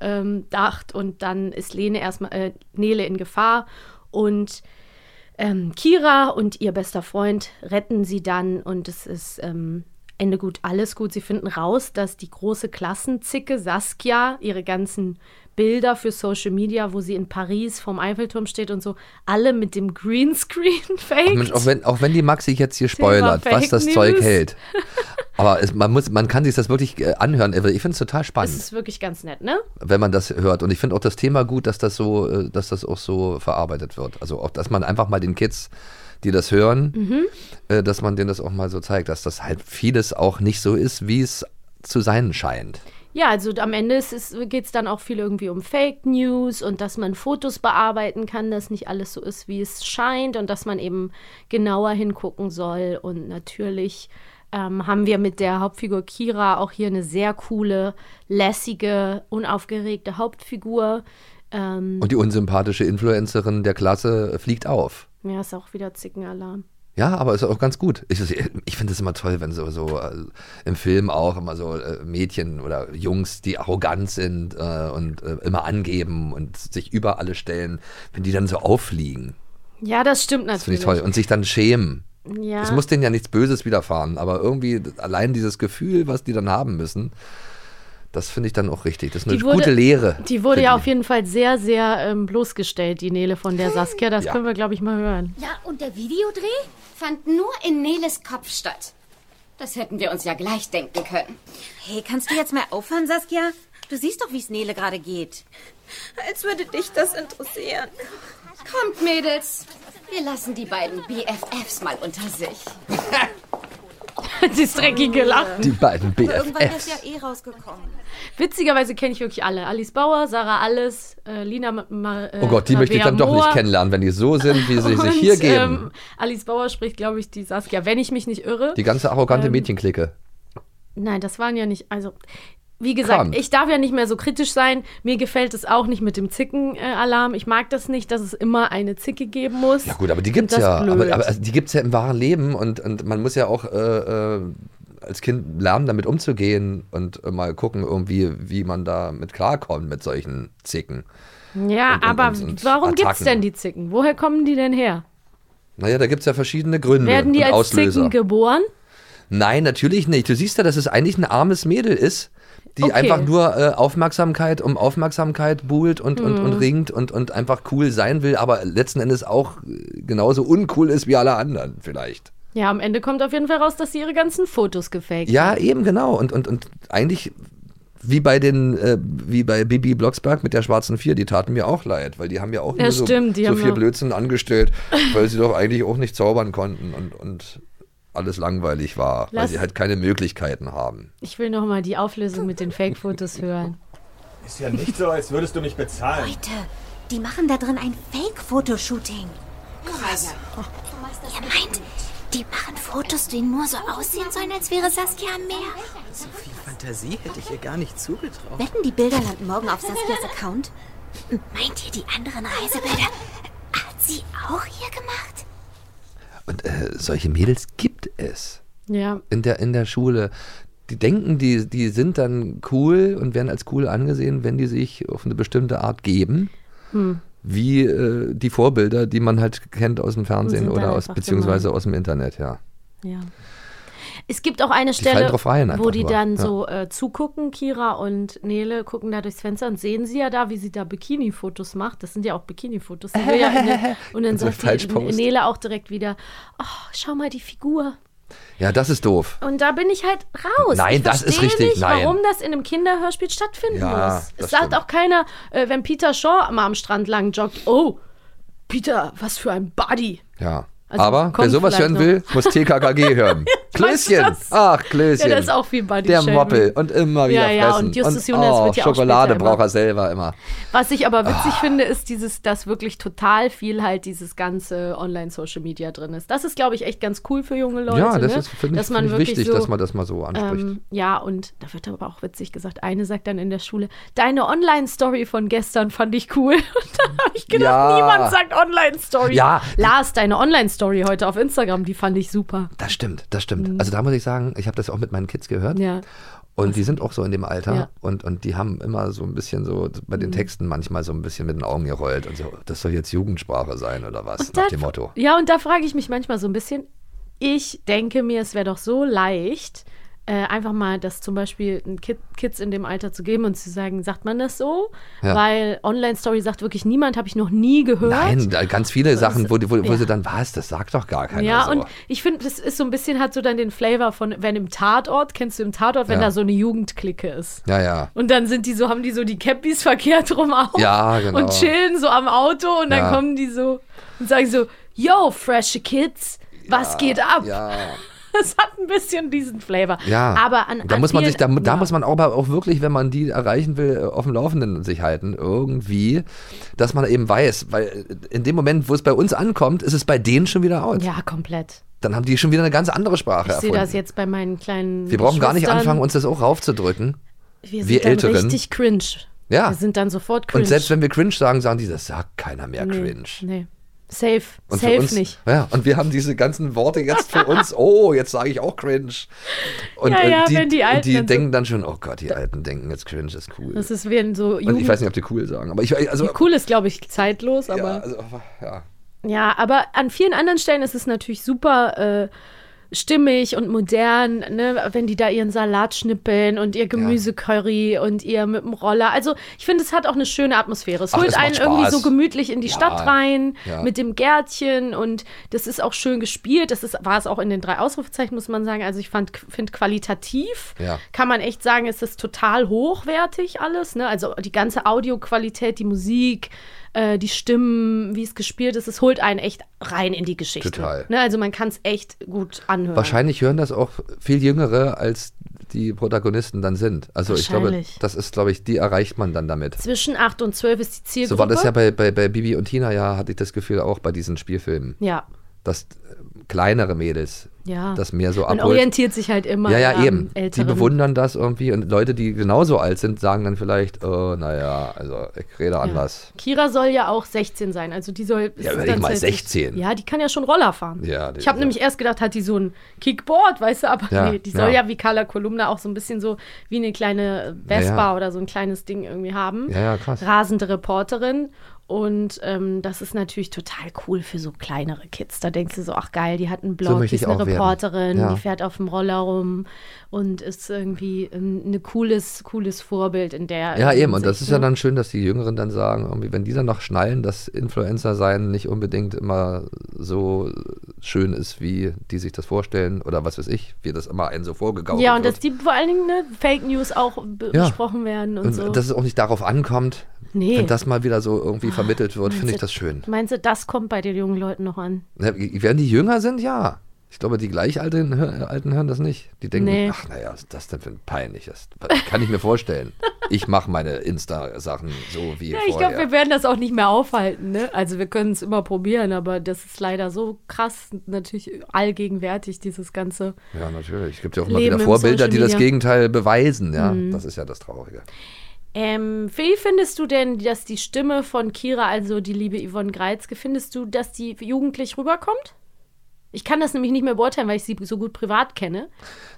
[SPEAKER 5] ausgedacht und dann ist Lene erstmal, äh, Nele in Gefahr und ähm, Kira und ihr bester Freund retten sie dann und es ist ähm, Ende gut, alles gut. Sie finden raus, dass die große Klassenzicke Saskia ihre ganzen Bilder für Social Media, wo sie in Paris vorm Eiffelturm steht und so, alle mit dem Greenscreen [laughs] fake.
[SPEAKER 4] Mensch, auch, wenn, auch wenn die Maxi jetzt hier
[SPEAKER 5] Thema
[SPEAKER 4] spoilert, was
[SPEAKER 5] Fake
[SPEAKER 4] das Zeug
[SPEAKER 5] News.
[SPEAKER 4] hält. Aber es, man, muss, man kann sich das wirklich äh, anhören. Ich finde es total
[SPEAKER 5] Das
[SPEAKER 4] spannend,
[SPEAKER 5] ist wirklich ganz nett, ne?
[SPEAKER 4] wenn man das hört. Und ich finde auch das Thema gut, dass das so, äh, dass das auch so verarbeitet wird. Also auch, dass man einfach mal den Kids, die das hören,
[SPEAKER 5] Mhm.
[SPEAKER 4] äh, dass man denen das auch mal so zeigt, dass das halt vieles auch nicht so ist, wie es zu sein scheint.
[SPEAKER 5] Ja, also am Ende geht es geht's dann auch viel irgendwie um Fake News und dass man Fotos bearbeiten kann, dass nicht alles so ist, wie es scheint und dass man eben genauer hingucken soll. Und natürlich ähm, haben wir mit der Hauptfigur Kira auch hier eine sehr coole, lässige, unaufgeregte Hauptfigur. Ähm,
[SPEAKER 4] Und die unsympathische Influencerin der Klasse fliegt auf.
[SPEAKER 5] ja, ist auch wieder Zickenalarm.
[SPEAKER 4] Ja, aber ist auch ganz gut. Ich, ich finde es immer toll, wenn so, so äh, im Film auch immer so äh, Mädchen oder Jungs, die arrogant sind äh, und äh, immer angeben und sich über alle stellen, wenn die dann so auffliegen.
[SPEAKER 5] Ja, das stimmt
[SPEAKER 4] Das finde
[SPEAKER 5] natürlich.
[SPEAKER 4] ich toll. Und sich dann schämen.
[SPEAKER 5] Ja.
[SPEAKER 4] Es muss denen ja nichts Böses widerfahren, aber irgendwie allein dieses Gefühl, was die dann haben müssen, Das finde ich dann auch richtig. Das ist eine
[SPEAKER 5] Die wurde-
[SPEAKER 4] gute Lehre.
[SPEAKER 5] Die wurde
[SPEAKER 4] für
[SPEAKER 5] ja auf jeden Fall sehr, sehr ähm, bloßgestellt, die Nele von der Saskia. Das
[SPEAKER 4] Ja.
[SPEAKER 5] können wir, glaube ich, mal hören. [laughs]
[SPEAKER 12] Ja, und der Videodreh fand nur in Neles Kopf statt. Das hätten wir uns ja gleich denken können.
[SPEAKER 13] Hey, kannst du jetzt mal aufhören, Saskia? Du siehst doch, wie es Nele gerade geht.
[SPEAKER 12] Als würde dich das interessieren. Kommt, Mädels. Wir lassen die beiden BFFs mal unter sich.
[SPEAKER 5] Dieses dreckige Lachen.
[SPEAKER 4] Die beiden
[SPEAKER 13] Irgendwann
[SPEAKER 4] BFFs.
[SPEAKER 13] ist ja eh rausgekommen.
[SPEAKER 5] Witzigerweise kenne ich wirklich alle. Alice Bauer, Sarah Alles, äh, Lina Ma Ma- äh,
[SPEAKER 4] Oh Gott, die möchte ich dann doch
[SPEAKER 5] Tabea
[SPEAKER 4] nicht
[SPEAKER 5] Mohr.
[SPEAKER 4] kennenlernen, wenn die so sind, wie sie
[SPEAKER 5] Und,
[SPEAKER 4] sich hier geben.
[SPEAKER 5] Ähm, Alice Bauer spricht, glaube ich, die Saskia, wenn ich mich nicht irre.
[SPEAKER 4] Die ganze arrogante
[SPEAKER 5] ähm,
[SPEAKER 4] Mädchenklicke.
[SPEAKER 5] Nein, das waren ja nicht. Also, wie gesagt,
[SPEAKER 4] Kam.
[SPEAKER 5] ich darf ja nicht mehr so kritisch sein. Mir gefällt es auch nicht mit dem Zicken-Alarm. Ich mag das nicht, dass es immer eine Zicke geben muss.
[SPEAKER 4] Ja gut, aber die gibt's
[SPEAKER 5] Das ist
[SPEAKER 4] ja.
[SPEAKER 5] blöd.
[SPEAKER 4] Aber, aber also die gibt's ja im wahren Leben und, und man muss ja auch äh, äh, als Kind lernen, damit umzugehen und äh, mal gucken, irgendwie, wie man damit klarkommt mit solchen Zicken.
[SPEAKER 5] Ja,
[SPEAKER 4] und-
[SPEAKER 5] aber
[SPEAKER 4] und- und
[SPEAKER 5] warum gibt es
[SPEAKER 4] Attacken.
[SPEAKER 5] denn die Zicken? Woher kommen die denn her?
[SPEAKER 4] Naja, da gibt's ja verschiedene Gründe
[SPEAKER 5] Werden die
[SPEAKER 4] und
[SPEAKER 5] als
[SPEAKER 4] Auslöser.
[SPEAKER 5] Zicken geboren?
[SPEAKER 4] Nein, natürlich nicht. Du siehst ja, dass es eigentlich ein armes Mädel ist, die
[SPEAKER 5] Okay.
[SPEAKER 4] einfach nur äh, Aufmerksamkeit um Aufmerksamkeit buhlt und, und, und
[SPEAKER 5] Hm.
[SPEAKER 4] ringt und, und einfach cool sein will, aber letzten Endes auch äh, genauso uncool ist wie alle anderen vielleicht.
[SPEAKER 5] Ja, am Ende kommt auf jeden Fall raus, dass sie ihre ganzen Fotos gefaked
[SPEAKER 4] Ja, eben genau. Und, und, und eigentlich wie bei den, äh, wie bei Bibi Blocksberg mit der schwarzen Vier, die taten mir auch leid, weil die haben ja auch
[SPEAKER 5] Ja,
[SPEAKER 4] nur so,
[SPEAKER 5] stimmt, die
[SPEAKER 4] so
[SPEAKER 5] haben
[SPEAKER 4] viel
[SPEAKER 5] ja-
[SPEAKER 4] Blödsinn angestellt, weil sie doch eigentlich auch nicht zaubern konnten und, und alles langweilig war, weil
[SPEAKER 5] Lass-
[SPEAKER 4] sie halt keine Möglichkeiten haben.
[SPEAKER 5] Ich will noch mal die Auflösung mit
[SPEAKER 4] [laughs]
[SPEAKER 5] den Fake-Fotos hören.
[SPEAKER 14] Ist ja nicht so, als würdest du mich bezahlen.
[SPEAKER 13] Leute, die machen da drin ein Fake-Fotoshooting.
[SPEAKER 8] Krass. Ihr meint, die machen Fotos, die nur so aussehen sollen, als wäre Saskia am Meer?
[SPEAKER 15] Fantasie hätte ich ihr gar nicht zugetraut.
[SPEAKER 13] Wetten, die Bilder landen morgen auf Saskias Account? Hm,
[SPEAKER 8] Meint ihr, die anderen Reisebilder hat sie auch hier gemacht?
[SPEAKER 4] Und äh, solche Mädels gibt es
[SPEAKER 5] Ja.
[SPEAKER 4] in der, in der Schule. Die denken, die, die sind dann cool und werden als cool angesehen, wenn die sich auf eine bestimmte Art geben.
[SPEAKER 5] Hm.
[SPEAKER 4] wie äh, die Vorbilder, die man halt kennt aus dem Fernsehen
[SPEAKER 5] Sind dann
[SPEAKER 4] oder aus
[SPEAKER 5] einfach
[SPEAKER 4] beziehungsweise
[SPEAKER 5] gemein.
[SPEAKER 4] aus dem Internet, ja.
[SPEAKER 5] Ja. Es gibt auch eine
[SPEAKER 4] fallen
[SPEAKER 5] Stelle,
[SPEAKER 4] drauf rein einfach
[SPEAKER 5] wo die
[SPEAKER 4] nur,
[SPEAKER 5] dann
[SPEAKER 4] ja.
[SPEAKER 5] so äh, zugucken. Kira und Nele gucken da durchs Fenster und sehen sie ja da, wie sie da Bikini-Fotos macht. Das sind ja auch Bikini-Fotos. Die will ja in
[SPEAKER 4] [laughs]
[SPEAKER 5] der- Und dann
[SPEAKER 4] Also
[SPEAKER 5] sagt die
[SPEAKER 4] Falschpost.
[SPEAKER 5] Nele auch direkt wieder: Oh, schau mal die Figur.
[SPEAKER 4] Ja, das ist doof.
[SPEAKER 5] Und da bin ich halt raus.
[SPEAKER 4] Nein,
[SPEAKER 5] ich
[SPEAKER 4] das ist
[SPEAKER 5] verstehe
[SPEAKER 4] richtig,
[SPEAKER 5] Nicht,
[SPEAKER 4] nein.
[SPEAKER 5] Warum das in einem Kinderhörspiel stattfinden
[SPEAKER 4] Ja,
[SPEAKER 5] muss.
[SPEAKER 4] das
[SPEAKER 5] Es sagt
[SPEAKER 4] stimmt.
[SPEAKER 5] auch keiner, äh, wenn Peter Shaw mal am Strand lang joggt: Oh, Peter, was für ein Body.
[SPEAKER 4] Ja.
[SPEAKER 5] Also
[SPEAKER 4] Aber wer
[SPEAKER 5] kommt
[SPEAKER 4] sowas
[SPEAKER 5] vielleicht
[SPEAKER 4] hören
[SPEAKER 5] noch.
[SPEAKER 4] will,
[SPEAKER 5] [laughs]
[SPEAKER 4] muss TKKG hören. Klößchen! Ach, Klößchen.
[SPEAKER 5] Ja, das ist auch wie Body
[SPEAKER 4] Der
[SPEAKER 5] Shaming.
[SPEAKER 4] Moppel und immer
[SPEAKER 5] Ja,
[SPEAKER 4] wieder
[SPEAKER 5] ja,
[SPEAKER 4] fressen.
[SPEAKER 5] und Justus Jonas
[SPEAKER 4] oh,
[SPEAKER 5] wird ja auch
[SPEAKER 4] Schokolade
[SPEAKER 5] später
[SPEAKER 4] braucht
[SPEAKER 5] immer-
[SPEAKER 4] er selber immer.
[SPEAKER 5] Was ich aber
[SPEAKER 4] Ah.
[SPEAKER 5] witzig finde, ist dieses, dass wirklich total viel halt dieses ganze Online-Social-Media drin ist. Das ist, glaube ich, echt ganz cool für junge Leute.
[SPEAKER 4] ja, das
[SPEAKER 5] ne?
[SPEAKER 4] ist finde ich,
[SPEAKER 5] Dass man
[SPEAKER 4] find ich
[SPEAKER 5] wirklich
[SPEAKER 4] wichtig,
[SPEAKER 5] so,
[SPEAKER 4] dass man das mal so anspricht.
[SPEAKER 5] Ähm, ja, und da wird aber auch witzig gesagt, eine sagt dann in der Schule, deine Online-Story von gestern fand ich cool. [laughs] Und da habe ich gedacht,
[SPEAKER 4] Ja.
[SPEAKER 5] niemand sagt Online-Story.
[SPEAKER 4] Ja.
[SPEAKER 5] Lars, deine Online-Story heute auf Instagram, die fand ich super.
[SPEAKER 4] Das stimmt, das stimmt. Also da muss ich sagen, ich habe das auch mit meinen Kids gehört.
[SPEAKER 5] Mhm. Ja.
[SPEAKER 4] Und die sind auch so in dem Alter
[SPEAKER 5] Ja.
[SPEAKER 4] und, und die haben immer so ein bisschen so bei den
[SPEAKER 5] Mhm.
[SPEAKER 4] Texten manchmal so ein bisschen mit den Augen gerollt und so, das soll jetzt Jugendsprache sein oder was,
[SPEAKER 5] Und
[SPEAKER 4] nach
[SPEAKER 5] da-
[SPEAKER 4] dem Motto.
[SPEAKER 5] Ja, und da frage ich mich manchmal so ein bisschen. Ich denke mir, es wäre doch so leicht, äh, einfach mal das zum Beispiel ein Kid, Kids in dem Alter zu geben und zu sagen, sagt man das so?
[SPEAKER 4] Ja.
[SPEAKER 5] Weil Online-Story sagt wirklich niemand, habe ich noch nie gehört.
[SPEAKER 4] Nein, da ganz viele Sachen, wo, die- wo, wo
[SPEAKER 5] ja.
[SPEAKER 4] sie dann, was, das sagt doch gar keiner
[SPEAKER 5] Ja,
[SPEAKER 4] so.
[SPEAKER 5] und ich finde, das ist so ein bisschen, hat so dann den Flavor von, wenn im Tatort, kennst du im Tatort, wenn
[SPEAKER 4] Ja.
[SPEAKER 5] da so eine Jugendklicke ist.
[SPEAKER 4] ja, ja.
[SPEAKER 5] Und dann sind die so, haben die so die Cappies [laughs] verkehrt rum auf
[SPEAKER 4] Ja, genau.
[SPEAKER 5] und chillen so am Auto und dann
[SPEAKER 4] Ja.
[SPEAKER 5] kommen die so und sagen so, yo, fresche Kids, was
[SPEAKER 4] Ja,
[SPEAKER 5] geht ab?
[SPEAKER 4] ja.
[SPEAKER 5] [laughs] Das hat ein bisschen diesen Flavor.
[SPEAKER 4] Ja,
[SPEAKER 5] aber an,
[SPEAKER 4] da
[SPEAKER 5] an
[SPEAKER 4] muss man sich, da,
[SPEAKER 5] vielen-
[SPEAKER 4] da muss man auch, aber auch wirklich, wenn man die erreichen will, äh, auf dem Laufenden sich halten, irgendwie, dass man eben weiß, weil in dem Moment, wo es bei uns ankommt, ist es bei denen schon wieder out.
[SPEAKER 5] ja, komplett.
[SPEAKER 4] Dann haben die schon wieder eine ganz andere Sprache
[SPEAKER 5] Ich sehe
[SPEAKER 4] erfunden.
[SPEAKER 5] das jetzt bei meinen kleinen
[SPEAKER 4] Wir brauchen gar nicht
[SPEAKER 5] Geschwistern.
[SPEAKER 4] anfangen, uns das auch raufzudrücken.
[SPEAKER 5] Wir sind
[SPEAKER 4] wir
[SPEAKER 5] dann
[SPEAKER 4] Älteren.
[SPEAKER 5] richtig cringe.
[SPEAKER 4] Ja.
[SPEAKER 5] Wir sind dann sofort cringe.
[SPEAKER 4] Und selbst wenn wir cringe sagen, sagen die, das sagt keiner mehr
[SPEAKER 5] nee,
[SPEAKER 4] cringe.
[SPEAKER 5] Nee. Safe.
[SPEAKER 4] Und für
[SPEAKER 5] Safe
[SPEAKER 4] uns,
[SPEAKER 5] nicht.
[SPEAKER 4] Ja, und wir haben diese ganzen Worte
[SPEAKER 5] [laughs]
[SPEAKER 4] jetzt für uns. Oh, jetzt sage ich auch cringe. Und,
[SPEAKER 5] Ja,
[SPEAKER 4] äh,
[SPEAKER 5] ja,
[SPEAKER 4] die,
[SPEAKER 5] wenn die
[SPEAKER 4] und
[SPEAKER 5] Alten
[SPEAKER 4] die
[SPEAKER 5] dann so-
[SPEAKER 4] denken dann schon, oh Gott, die Alten denken jetzt cringe ist cool.
[SPEAKER 5] Das ist wie in so
[SPEAKER 4] und
[SPEAKER 5] Jugend.
[SPEAKER 4] ich weiß nicht, ob die cool sagen, aber ich also
[SPEAKER 5] cool ist, glaube ich, zeitlos, aber.
[SPEAKER 4] also, ja.
[SPEAKER 5] Ja, aber an vielen anderen Stellen ist es natürlich super äh, stimmig und modern, ne? wenn die da ihren Salat schnippeln und ihr Gemüsecurry und ihr mit dem Roller. Also ich finde, es hat auch eine schöne Atmosphäre. Es
[SPEAKER 4] Ach,
[SPEAKER 5] holt
[SPEAKER 4] es macht
[SPEAKER 5] einen irgendwie
[SPEAKER 4] Spaß.
[SPEAKER 5] so gemütlich in die
[SPEAKER 4] Ja.
[SPEAKER 5] Stadt rein
[SPEAKER 4] Ja.
[SPEAKER 5] mit dem Gärtchen und das ist auch schön gespielt. Das ist, war es auch in den drei Ausrufezeichen, muss man sagen. Also ich fand, finde qualitativ
[SPEAKER 16] Ja.
[SPEAKER 5] kann man echt sagen, es ist total hochwertig alles. Ne? Also die ganze Audioqualität, die Musik, äh, die Stimmen, wie es gespielt ist, es holt einen echt rein in die Geschichte.
[SPEAKER 4] Total.
[SPEAKER 5] Ne? Also man kann es echt gut anhören.
[SPEAKER 4] Wahrscheinlich hören das auch viel Jüngere, als die Protagonisten dann sind. Also ich glaube,
[SPEAKER 5] Wahrscheinlich.
[SPEAKER 4] das ist, glaube ich, die erreicht man dann damit.
[SPEAKER 5] Zwischen 8 und 12 ist die Zielgruppe.
[SPEAKER 4] So war das ja bei, bei, bei Bibi und Tina, ja, hatte ich das Gefühl auch bei diesen Spielfilmen.
[SPEAKER 5] Ja.
[SPEAKER 4] Dass äh, kleinere Mädels
[SPEAKER 5] Ja.
[SPEAKER 4] das mehr so
[SPEAKER 5] Man
[SPEAKER 4] abholt.
[SPEAKER 5] orientiert sich halt immer
[SPEAKER 4] Ja,
[SPEAKER 5] am
[SPEAKER 4] ja, eben. Die
[SPEAKER 5] Älteren.
[SPEAKER 4] bewundern das irgendwie und Leute, die genauso alt sind, sagen dann vielleicht, oh, naja, also ich rede anders.
[SPEAKER 5] Kira soll ja auch 16 sein, also die soll.
[SPEAKER 4] Ja,
[SPEAKER 5] ist
[SPEAKER 4] überleg
[SPEAKER 5] dann
[SPEAKER 4] mal,
[SPEAKER 5] 16.
[SPEAKER 4] 16.
[SPEAKER 5] Ja, die kann ja schon Roller fahren.
[SPEAKER 4] Ja, die-
[SPEAKER 5] ich habe
[SPEAKER 4] ja.
[SPEAKER 5] nämlich erst gedacht, hat die so ein Kickboard, weißt du, aber
[SPEAKER 4] Ja,
[SPEAKER 5] nee, die soll ja.
[SPEAKER 4] ja.
[SPEAKER 5] wie Carla Kolumna auch so ein bisschen so wie eine kleine Vespa
[SPEAKER 4] Ja, ja.
[SPEAKER 5] oder so ein kleines Ding irgendwie haben.
[SPEAKER 4] Ja, ja, krass.
[SPEAKER 5] Rasende Reporterin. Und ähm, das ist natürlich total cool für so kleinere Kids. Da denkst du so, ach geil, die hat einen Blog,
[SPEAKER 4] möchte
[SPEAKER 5] die ist
[SPEAKER 4] ich
[SPEAKER 5] eine
[SPEAKER 4] auch werden.
[SPEAKER 5] Reporterin,
[SPEAKER 4] Ja.
[SPEAKER 5] die fährt auf dem Roller rum und ist irgendwie ähm, ein cooles, cooles Vorbild in der.
[SPEAKER 4] Ja, eben. Und das
[SPEAKER 5] Hinsicht,
[SPEAKER 4] ist ja
[SPEAKER 5] ne?
[SPEAKER 4] dann schön, dass die Jüngeren dann sagen, irgendwie, wenn die dann noch schnallen, dass Influencer sein nicht unbedingt immer so schön ist, wie die sich das vorstellen oder was weiß ich, wie das immer einen so vorgegaukelt
[SPEAKER 5] Ja, und
[SPEAKER 4] wird.
[SPEAKER 5] dass die vor allen Dingen ne, Fake News auch be
[SPEAKER 4] Ja.
[SPEAKER 5] besprochen werden und, so.
[SPEAKER 4] dass es auch nicht darauf ankommt.
[SPEAKER 5] Nee. Ah,
[SPEAKER 4] Wenn das mal wieder so irgendwie vermittelt wird,
[SPEAKER 5] Meinst
[SPEAKER 4] finde ich
[SPEAKER 5] du-
[SPEAKER 4] das schön. Ne,
[SPEAKER 5] Meinst du, das kommt bei den jungen Leuten noch an?
[SPEAKER 4] Na, Wenn die jünger sind, ja. Ich glaube, die Gleichalten hö- Alten hören das nicht. Die denken,
[SPEAKER 5] Nee.
[SPEAKER 4] ach naja, was ist das denn für ein peinliches? Das kann ich
[SPEAKER 5] [laughs]
[SPEAKER 4] mir vorstellen. Ich mache meine Insta-Sachen so wie
[SPEAKER 5] Ja, ich
[SPEAKER 4] vorher.
[SPEAKER 5] glaube, wir werden das auch nicht mehr aufhalten. Ne? Also wir können es immer probieren, aber das ist leider so krass, natürlich allgegenwärtig, dieses ganze.
[SPEAKER 4] ja, natürlich. Es gibt ja auch immer
[SPEAKER 5] Leben
[SPEAKER 4] wieder
[SPEAKER 5] im
[SPEAKER 4] Vorbilder,
[SPEAKER 5] Social
[SPEAKER 4] die das
[SPEAKER 5] Media.
[SPEAKER 4] Gegenteil beweisen. Ja,
[SPEAKER 5] Mhm.
[SPEAKER 4] Das ist ja das Traurige.
[SPEAKER 5] Ähm, wie findest du denn, dass die Stimme von Kira, also die liebe Yvonne Greizke, findest du, dass die jugendlich rüberkommt? Ich kann das nämlich nicht mehr beurteilen, weil ich sie so gut privat kenne.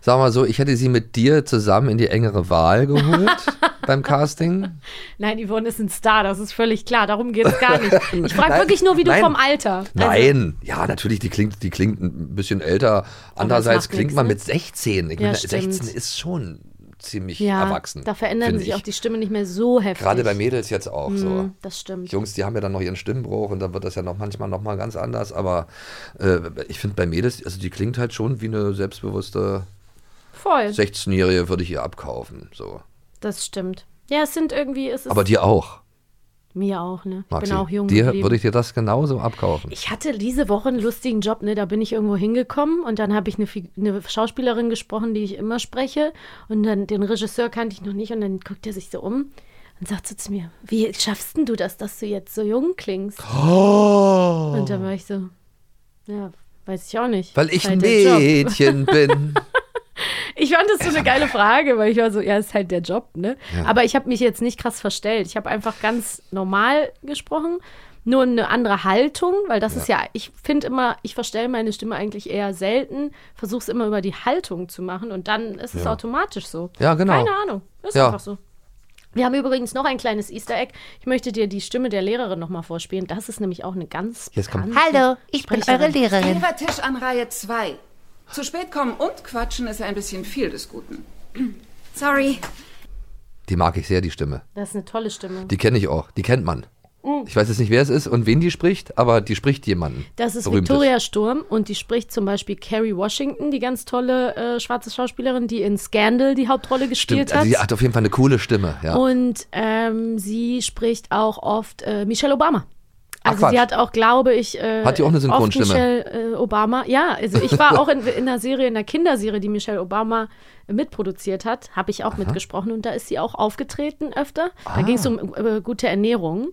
[SPEAKER 4] Sag mal so, ich hätte sie mit dir zusammen in die engere
[SPEAKER 5] [laughs]
[SPEAKER 4] Wahl geholt beim Casting.
[SPEAKER 5] Nein, Yvonne ist ein Star, das ist völlig klar. Darum geht es gar
[SPEAKER 4] [laughs]
[SPEAKER 5] nicht. Ich frage
[SPEAKER 4] Nein,
[SPEAKER 5] wirklich nur, wie du
[SPEAKER 4] nein.
[SPEAKER 5] vom Alter. Also,
[SPEAKER 4] Nein, ja, natürlich, die klingt, die klingt ein bisschen älter. Andererseits
[SPEAKER 5] Oh, macht
[SPEAKER 4] klingt
[SPEAKER 5] nix,
[SPEAKER 4] man
[SPEAKER 5] ne?
[SPEAKER 4] mit 16. Ich
[SPEAKER 5] Ja,
[SPEAKER 4] meine,
[SPEAKER 5] stimmt.
[SPEAKER 4] 16 ist schon ziemlich
[SPEAKER 5] ja,
[SPEAKER 4] erwachsen.
[SPEAKER 5] Da verändern
[SPEAKER 4] finde
[SPEAKER 5] sich
[SPEAKER 4] ich.
[SPEAKER 5] auch die Stimmen nicht mehr so heftig.
[SPEAKER 4] Gerade bei Mädels jetzt auch so.
[SPEAKER 5] Hm, Das stimmt.
[SPEAKER 4] Jungs, die haben ja dann noch ihren Stimmbruch und dann wird das ja noch manchmal noch mal ganz anders. Aber äh, ich finde bei Mädels, also die klingt halt schon wie eine selbstbewusste
[SPEAKER 5] Voll.
[SPEAKER 4] 16-Jährige, würde ich ihr abkaufen. So.
[SPEAKER 5] Das stimmt. Ja, es sind irgendwie. Es ist
[SPEAKER 4] Aber dir auch,
[SPEAKER 5] Mir auch, ne? Ich
[SPEAKER 4] Maxi.
[SPEAKER 5] bin auch jung.
[SPEAKER 4] dir
[SPEAKER 5] geblieben.
[SPEAKER 4] würde ich dir das genauso abkaufen.
[SPEAKER 5] Ich hatte diese Woche einen lustigen Job, ne? Da bin ich irgendwo hingekommen und dann habe ich eine, Fi- eine Schauspielerin gesprochen, die ich immer spreche. Und dann den Regisseur kannte ich noch nicht und dann guckt er sich so um und sagt so zu mir: Wie schaffst denn du das, dass du jetzt so jung klingst?
[SPEAKER 4] Oh.
[SPEAKER 5] Und dann war ich so: Ja, weiß ich auch nicht.
[SPEAKER 4] Weil ich ein
[SPEAKER 5] Halt der Job.
[SPEAKER 4] Mädchen bin.
[SPEAKER 5] Ich fand das so eine geile Frage, weil ich war so, ja, ist halt der Job, ne?
[SPEAKER 4] Ja.
[SPEAKER 5] Aber ich habe mich jetzt nicht krass verstellt. Ich habe einfach ganz normal gesprochen, nur eine andere Haltung, weil das
[SPEAKER 4] Ja.
[SPEAKER 5] ist ja, ich finde immer, ich verstelle meine Stimme eigentlich eher selten, versuche es immer über die Haltung zu machen und dann ist es
[SPEAKER 4] Ja.
[SPEAKER 5] automatisch so.
[SPEAKER 4] Ja, genau.
[SPEAKER 5] Keine Ahnung, ist
[SPEAKER 4] Ja.
[SPEAKER 5] einfach so. Wir haben übrigens noch ein kleines Easter Egg. Ich möchte dir die Stimme der Lehrerin nochmal vorspielen. Das ist nämlich auch eine ganz
[SPEAKER 4] Jetzt kommt-
[SPEAKER 5] bekannte
[SPEAKER 17] Hallo, ich bin
[SPEAKER 5] Sprecherin.
[SPEAKER 17] eure Lehrerin.
[SPEAKER 18] Lehrertisch an Reihe 2. Zu spät kommen und quatschen ist ein bisschen viel des Guten.
[SPEAKER 13] Sorry.
[SPEAKER 4] Die mag ich sehr, die Stimme.
[SPEAKER 5] Das ist eine tolle Stimme.
[SPEAKER 4] Die kenne ich auch, die kennt man.
[SPEAKER 5] Mhm.
[SPEAKER 4] Ich weiß jetzt nicht, wer es ist und wen die spricht, aber die spricht jemanden.
[SPEAKER 5] Das ist
[SPEAKER 4] Berühmtes.
[SPEAKER 5] Victoria Sturm und die spricht zum Beispiel Carrie Washington, die ganz tolle äh, schwarze Schauspielerin, die in Scandal die Hauptrolle gespielt
[SPEAKER 4] Stimmt, also die
[SPEAKER 5] hat.
[SPEAKER 4] hat auf jeden Fall eine coole Stimme. Ja.
[SPEAKER 5] Und ähm, sie spricht auch oft äh, Michelle Obama.
[SPEAKER 4] Ach,
[SPEAKER 5] Also sie
[SPEAKER 4] Quatsch.
[SPEAKER 5] hat auch, glaube ich, äh,
[SPEAKER 4] Hat die auch eine Synchronstimme?
[SPEAKER 5] oft Michelle äh, Obama. Ja, also ich war auch in, in einer Serie, in einer Kinderserie, die Michelle Obama mitproduziert hat, habe ich auch mitgesprochen und da ist sie auch aufgetreten öfter. Da
[SPEAKER 4] Ah.
[SPEAKER 5] ging es um äh, gute Ernährung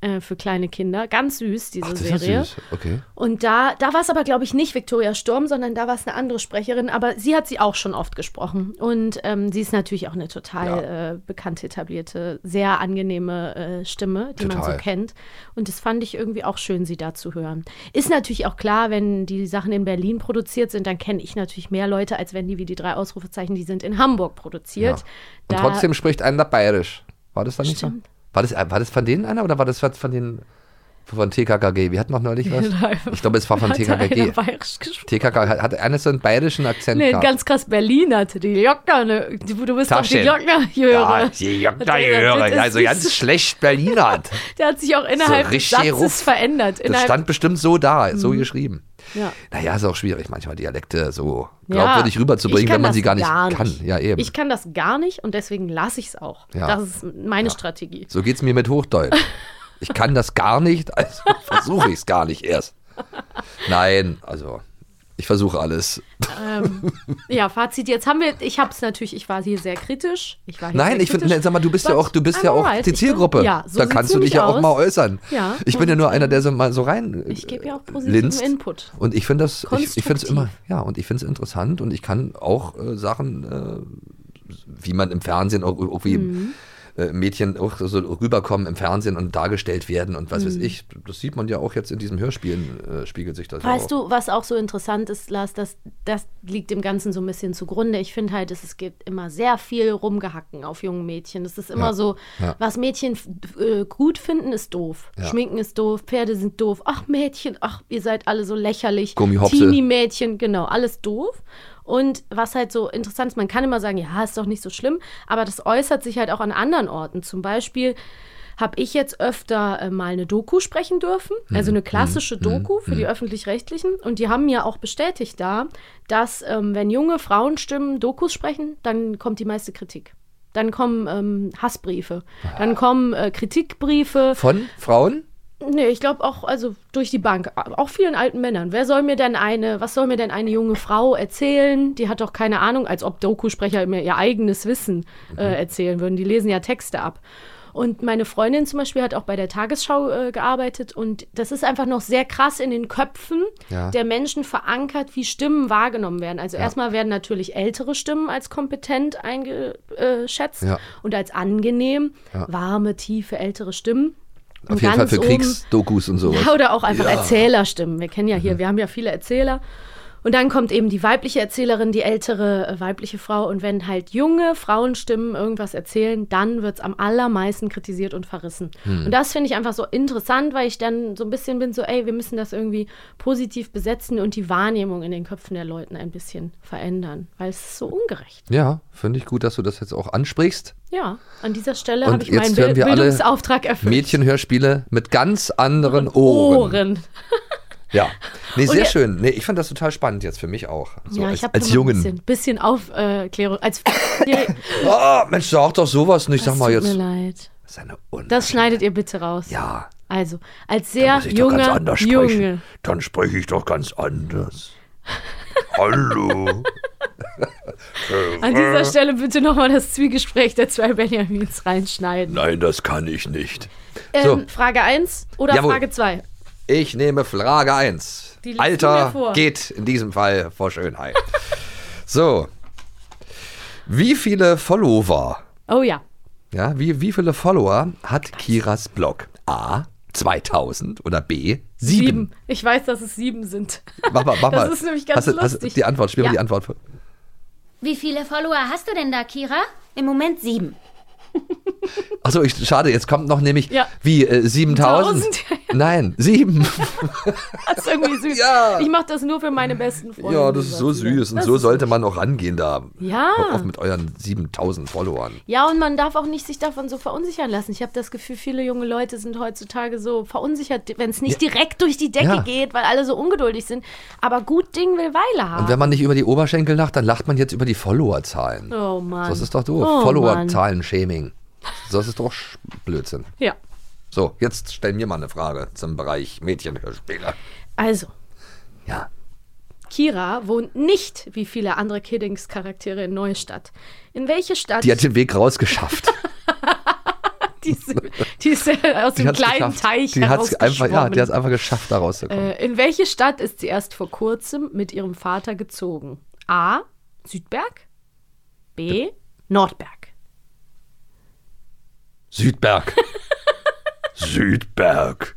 [SPEAKER 5] äh, für kleine Kinder. Ganz süß diese
[SPEAKER 4] Ach, das ist
[SPEAKER 5] Serie.
[SPEAKER 4] ja süß. Okay.
[SPEAKER 5] Und da, da war es aber, glaube ich, nicht Victoria Sturm, sondern da war es eine andere Sprecherin. Aber sie hat sie auch schon oft gesprochen. Und ähm, sie ist natürlich auch eine total äh, bekannte, etablierte, sehr angenehme äh, Stimme, die man so
[SPEAKER 4] Total.
[SPEAKER 5] kennt. Und das fand ich irgendwie auch schön, sie da zu hören. Ist natürlich auch klar, wenn die Sachen in Berlin produziert sind, dann kenne ich natürlich mehr Leute, als wenn die wie die drei Ausrufezeichen, die sind in Hamburg produziert.
[SPEAKER 4] Ja. Und trotzdem äh, spricht einer bayerisch. War das dann nicht so? War das, war das von denen einer oder war das von den von TKKG. Wir hatten noch
[SPEAKER 5] [laughs]
[SPEAKER 4] neulich was. [laughs] Ich glaube, es war von
[SPEAKER 5] Hat
[SPEAKER 4] TKKG.
[SPEAKER 5] einer bayerisch gesprochen?
[SPEAKER 4] TKKG hat, hat eines so einen bayerischen Akzent
[SPEAKER 5] Nee,
[SPEAKER 4] gehabt.
[SPEAKER 5] ganz krass Berliner. Die Jocker, ne? Du, du bist doch die
[SPEAKER 4] Taschen.
[SPEAKER 5] Jocker,
[SPEAKER 4] ja,
[SPEAKER 5] Jöre.
[SPEAKER 4] die Jagd
[SPEAKER 5] Das ist- das ist
[SPEAKER 4] Also ganz schlecht Berliner.
[SPEAKER 5] Der hat sich auch innerhalb des
[SPEAKER 4] So richtig
[SPEAKER 5] Satzes
[SPEAKER 4] Ruff.
[SPEAKER 5] verändert.
[SPEAKER 4] Das
[SPEAKER 5] Innerhalb,
[SPEAKER 4] stand bestimmt so da, so
[SPEAKER 5] Mhm.
[SPEAKER 4] geschrieben.
[SPEAKER 5] ja.
[SPEAKER 4] Naja, ist auch schwierig, manchmal Dialekte so
[SPEAKER 5] Ja,
[SPEAKER 4] glaubwürdig
[SPEAKER 5] ich
[SPEAKER 4] rüberzubringen,
[SPEAKER 5] kann
[SPEAKER 4] wenn man
[SPEAKER 5] das
[SPEAKER 4] sie gar nicht,
[SPEAKER 5] gar nicht.
[SPEAKER 4] kann. Ja, eben.
[SPEAKER 5] Ich kann das gar nicht und deswegen lasse ich es auch.
[SPEAKER 4] Ja.
[SPEAKER 5] Das ist meine Strategie.
[SPEAKER 4] so geht's mir mit Hochdeutsch. ich kann das gar nicht, also [laughs] versuche ich es gar nicht erst. Nein, also ich versuche alles.
[SPEAKER 5] ähm, ja, Fazit. Jetzt haben wir, ich habe es natürlich, ich war hier sehr kritisch. Ich war hier
[SPEAKER 4] Nein,
[SPEAKER 5] sehr
[SPEAKER 4] ich finde,
[SPEAKER 5] kritisch.
[SPEAKER 4] sag mal, du bist ja
[SPEAKER 5] But
[SPEAKER 4] auch, du bist
[SPEAKER 5] I'm
[SPEAKER 4] ja auch
[SPEAKER 5] alright.
[SPEAKER 4] die
[SPEAKER 5] Ich bin-
[SPEAKER 4] Zielgruppe.
[SPEAKER 5] ja, so
[SPEAKER 4] da
[SPEAKER 5] sieht's
[SPEAKER 4] kannst du
[SPEAKER 5] nämlich
[SPEAKER 4] dich ja auch
[SPEAKER 5] aus.
[SPEAKER 4] mal äußern.
[SPEAKER 5] Ja, ähm,
[SPEAKER 4] ich bin ja nur einer, der so mal so rein. äh,
[SPEAKER 5] Ich gebe ja auch positiven
[SPEAKER 4] Linst.
[SPEAKER 5] Input.
[SPEAKER 4] Und ich finde das, ich, ich finde es
[SPEAKER 5] Konstruktiv.
[SPEAKER 4] immer, ja, und ich finde es interessant und ich kann auch äh, Sachen, äh, wie man im Fernsehen auch irgendwie
[SPEAKER 5] Mhm.
[SPEAKER 4] äh, Mädchen auch so rüberkommen im Fernsehen und dargestellt werden und was weiß
[SPEAKER 5] Mhm.
[SPEAKER 4] ich. Das sieht man ja auch jetzt in diesem Hörspielen, äh, spiegelt sich das ja
[SPEAKER 3] Also
[SPEAKER 4] auch.
[SPEAKER 5] Weißt du, was auch so interessant ist, Lars, das, das liegt dem Ganzen so ein bisschen zugrunde. Ich finde halt, es, es gibt immer sehr viel Rumgehacken auf jungen Mädchen. Es ist immer
[SPEAKER 3] Ja,
[SPEAKER 5] so,
[SPEAKER 3] ja.
[SPEAKER 5] was Mädchen f- äh, gut finden, ist doof.
[SPEAKER 3] Ja.
[SPEAKER 5] Schminken ist doof, Pferde sind doof. Ach Mädchen, ach, ihr seid alle so lächerlich.
[SPEAKER 4] Gummihopse.
[SPEAKER 5] Teenie-Mädchen, genau, alles doof. Und was halt so interessant ist, man kann immer sagen, ja, ist doch nicht so schlimm, aber das äußert sich halt auch an anderen Orten. Zum Beispiel habe ich jetzt öfter äh, mal eine Doku sprechen dürfen, also eine klassische Doku für die öffentlich-rechtlichen. Und die haben mir auch bestätigt da, dass ähm, wenn junge Frauenstimmen Dokus sprechen, dann kommt die meiste Kritik. Dann kommen ähm, Hassbriefe, dann kommen äh, Kritikbriefe.
[SPEAKER 4] Von Frauen?
[SPEAKER 5] Nee, ich glaube auch, also durch die Bank, auch vielen alten Männern. Wer soll mir denn eine, was soll mir denn eine junge Frau erzählen? Die hat doch keine Ahnung, als ob Dokusprecher mir ihr eigenes Wissen äh, erzählen würden. Die lesen ja Texte ab. Und meine Freundin zum Beispiel hat auch bei der Tagesschau äh, gearbeitet und das ist einfach noch sehr krass in den Köpfen
[SPEAKER 3] Ja.
[SPEAKER 5] der Menschen verankert, wie Stimmen wahrgenommen werden. Also
[SPEAKER 3] Ja.
[SPEAKER 5] erstmal werden natürlich ältere Stimmen als kompetent eingeschätzt
[SPEAKER 4] Ja.
[SPEAKER 5] und als angenehm,
[SPEAKER 4] Ja.
[SPEAKER 5] warme, tiefe, ältere Stimmen.
[SPEAKER 4] Auf jeden Fall
[SPEAKER 5] ganz
[SPEAKER 4] für
[SPEAKER 5] oben-
[SPEAKER 4] Kriegsdokus und sowas.
[SPEAKER 5] Ja, oder auch einfach
[SPEAKER 4] Ja. Mhm.
[SPEAKER 5] Erzählerstimmen. Wir kennen ja hier, wir haben ja viele Erzähler. Und dann kommt eben die weibliche Erzählerin, die ältere äh, weibliche Frau. Und wenn halt junge Frauenstimmen irgendwas erzählen, dann wird es am allermeisten kritisiert und verrissen.
[SPEAKER 3] Hm.
[SPEAKER 5] Und das finde ich einfach so interessant, weil ich dann so ein bisschen bin, so, ey, wir müssen das irgendwie positiv besetzen und die Wahrnehmung in den Köpfen der Leuten ein bisschen verändern, weil es ist so ungerecht.
[SPEAKER 4] Ja, finde ich gut, dass du das jetzt auch ansprichst.
[SPEAKER 5] Ja, an dieser Stelle habe
[SPEAKER 4] Und
[SPEAKER 5] ich meinen
[SPEAKER 4] jetzt
[SPEAKER 5] Bild
[SPEAKER 4] hören wir alle
[SPEAKER 5] Bildungsauftrag erfüllt.
[SPEAKER 4] Mädchenhörspiele mit ganz anderen Ohren.
[SPEAKER 5] Ohren.
[SPEAKER 4] Ja.
[SPEAKER 5] [laughs]
[SPEAKER 4] Nee,
[SPEAKER 5] Und
[SPEAKER 4] sehr
[SPEAKER 5] ihr-
[SPEAKER 4] schön. Nee, ich fand das total spannend jetzt für mich auch. So
[SPEAKER 5] ja,
[SPEAKER 4] als,
[SPEAKER 5] ich habe
[SPEAKER 4] als
[SPEAKER 5] ein
[SPEAKER 4] Jungen.
[SPEAKER 5] bisschen, bisschen Aufklärung. Als, [laughs]
[SPEAKER 4] Oh, Mensch, sag doch sowas nicht. Sag
[SPEAKER 5] Das
[SPEAKER 4] mal
[SPEAKER 5] tut
[SPEAKER 4] jetzt.
[SPEAKER 5] mir leid.
[SPEAKER 4] Das ist eine
[SPEAKER 5] Das schneidet ihr bitte raus.
[SPEAKER 4] Ja.
[SPEAKER 5] Also, als sehr
[SPEAKER 4] muss ich doch ganz
[SPEAKER 5] junger
[SPEAKER 4] anders sprechen.
[SPEAKER 5] Junge.
[SPEAKER 4] Dann spreche ich doch ganz
[SPEAKER 5] [laughs]
[SPEAKER 4] anders. Hallo.
[SPEAKER 5] An dieser Stelle bitte nochmal das Zwiegespräch der zwei Benjamins reinschneiden.
[SPEAKER 4] Nein, das kann ich nicht.
[SPEAKER 5] Ähm, Frage 1 oder
[SPEAKER 4] Jawohl.
[SPEAKER 5] Frage 2?
[SPEAKER 4] Ich nehme Frage 1.
[SPEAKER 5] Die liest du mir
[SPEAKER 4] Alter
[SPEAKER 5] vor.
[SPEAKER 4] geht in diesem Fall vor Schönheit. [laughs] so. Wie viele Follower,
[SPEAKER 5] Oh ja.
[SPEAKER 4] ja, wie, wie viele Follower hat Kiras Blog? A. 2000 oder B. 7.
[SPEAKER 5] Ich weiß, dass es sieben sind.
[SPEAKER 4] Mach mal, mach mal.
[SPEAKER 5] Das ist nämlich ganz
[SPEAKER 4] hast, du- hast, du
[SPEAKER 5] lustig.
[SPEAKER 4] Die Antwort, spiel
[SPEAKER 13] Ja.
[SPEAKER 4] mal die Antwort. vor.
[SPEAKER 13] Wie viele Follower hast du denn da, Kira? Im Moment sieben.
[SPEAKER 4] Achso, ich, schade, jetzt kommt noch nämlich,
[SPEAKER 13] Ja.
[SPEAKER 4] wie, äh, 7000?
[SPEAKER 5] [laughs]
[SPEAKER 4] Nein, 7.
[SPEAKER 5] Das ist
[SPEAKER 4] [laughs]
[SPEAKER 5] irgendwie süß.
[SPEAKER 4] Ja.
[SPEAKER 5] Ich mache das nur für meine besten Freunde.
[SPEAKER 4] [laughs] ja, das ist so süß und
[SPEAKER 5] Das
[SPEAKER 4] so
[SPEAKER 5] ist
[SPEAKER 4] sollte man auch rangehen da.
[SPEAKER 5] Ja.
[SPEAKER 4] Hört auf mit euren 7000 Followern.
[SPEAKER 5] Ja, und man darf auch nicht sich davon so verunsichern lassen. Ich habe das Gefühl, viele junge Leute sind heutzutage so verunsichert, wenn es nicht direkt durch die Decke
[SPEAKER 4] Ja.
[SPEAKER 5] geht, weil alle so ungeduldig sind. Aber gut Ding will Weile haben.
[SPEAKER 4] Und wenn man nicht über die Oberschenkel lacht, dann lacht man jetzt über die Followerzahlen.
[SPEAKER 5] oh Mann.
[SPEAKER 4] Das ist doch doof.
[SPEAKER 5] Oh Mann.
[SPEAKER 4] Followerzahlen-Shaming. Das ist doch Sch- Blödsinn.
[SPEAKER 5] Ja,
[SPEAKER 4] So, jetzt stell mir mal eine Frage zum Bereich Mädchenhörspiele.
[SPEAKER 5] also.
[SPEAKER 4] Ja.
[SPEAKER 5] Kira wohnt nicht wie viele andere Kiddings-Charaktere in Neustadt. In welche Stadt?
[SPEAKER 4] Die hat den Weg rausgeschafft.
[SPEAKER 5] [laughs] die ist, die ist äh, aus
[SPEAKER 4] Die
[SPEAKER 5] dem
[SPEAKER 4] hat's
[SPEAKER 5] kleinen
[SPEAKER 4] geschafft.
[SPEAKER 5] Teich
[SPEAKER 4] die hat's einfach, ja, die hat es
[SPEAKER 5] herausgeschwommen.
[SPEAKER 4] einfach geschafft, da rauszukommen.
[SPEAKER 5] Äh, in welche Stadt ist sie erst vor kurzem mit ihrem Vater gezogen? A. Südberg. B. Nordberg. [laughs]
[SPEAKER 4] Südberg. Südberg.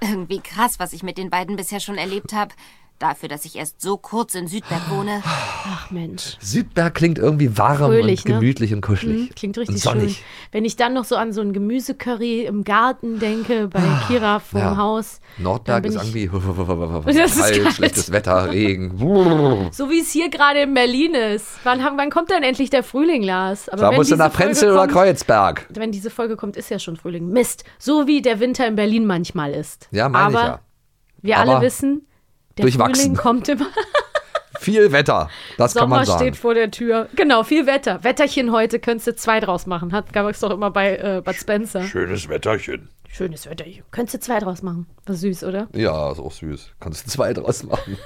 [SPEAKER 13] Irgendwie krass, was ich mit den beiden bisher schon erlebt habe. Dafür, dass ich erst so kurz in Südberg wohne.
[SPEAKER 5] Ach Mensch.
[SPEAKER 4] Südberg klingt irgendwie warm
[SPEAKER 5] Fröhlich,
[SPEAKER 4] und gemütlich
[SPEAKER 5] ne?
[SPEAKER 4] und kuschelig.
[SPEAKER 5] Mhm, klingt richtig
[SPEAKER 4] und sonnig.
[SPEAKER 5] schön. Wenn ich dann noch so an so ein Gemüsecurry im Garten denke, bei Kira vorm
[SPEAKER 4] Ah, Ja.
[SPEAKER 5] Haus. dann
[SPEAKER 4] Nordberg
[SPEAKER 5] bin
[SPEAKER 4] ist
[SPEAKER 5] ich- [laughs]
[SPEAKER 4] irgendwie [laughs]
[SPEAKER 5] Das ist
[SPEAKER 4] kalt,
[SPEAKER 5] kalt.
[SPEAKER 4] schlechtes
[SPEAKER 5] [laughs]
[SPEAKER 4] Wetter, Regen.
[SPEAKER 5] So wie es hier gerade in Berlin ist. Wann, haben, wann kommt denn endlich der Frühling, Lars? Aber
[SPEAKER 4] da
[SPEAKER 5] wenn
[SPEAKER 4] musst du
[SPEAKER 5] diese
[SPEAKER 4] nach
[SPEAKER 5] Folge
[SPEAKER 4] Prenzel oder
[SPEAKER 5] kommt-
[SPEAKER 4] Kreuzberg.
[SPEAKER 5] Wenn diese Folge kommt, ist ja schon Frühling. Mist. So wie der Winter in Berlin manchmal ist.
[SPEAKER 4] Ja, meine ich
[SPEAKER 5] Aber
[SPEAKER 4] ja.
[SPEAKER 5] wir
[SPEAKER 4] Aber
[SPEAKER 5] alle wissen, der
[SPEAKER 4] durchwachsen.
[SPEAKER 5] Frühling kommt
[SPEAKER 4] [laughs]
[SPEAKER 5] immer.
[SPEAKER 4] Viel Wetter, das kann
[SPEAKER 5] Sommer
[SPEAKER 4] man sagen.
[SPEAKER 5] steht vor der Tür. Genau, viel Wetter. Wetterchen heute könntest du zwei draus machen. Hat gab es doch immer bei äh, Bud Spencer.
[SPEAKER 2] Schönes Wetterchen.
[SPEAKER 5] Schönes Wetter hier. Könntest du zwei draus machen. War süß, oder?
[SPEAKER 4] Ja, ist auch süß. Kannst du zwei draus machen.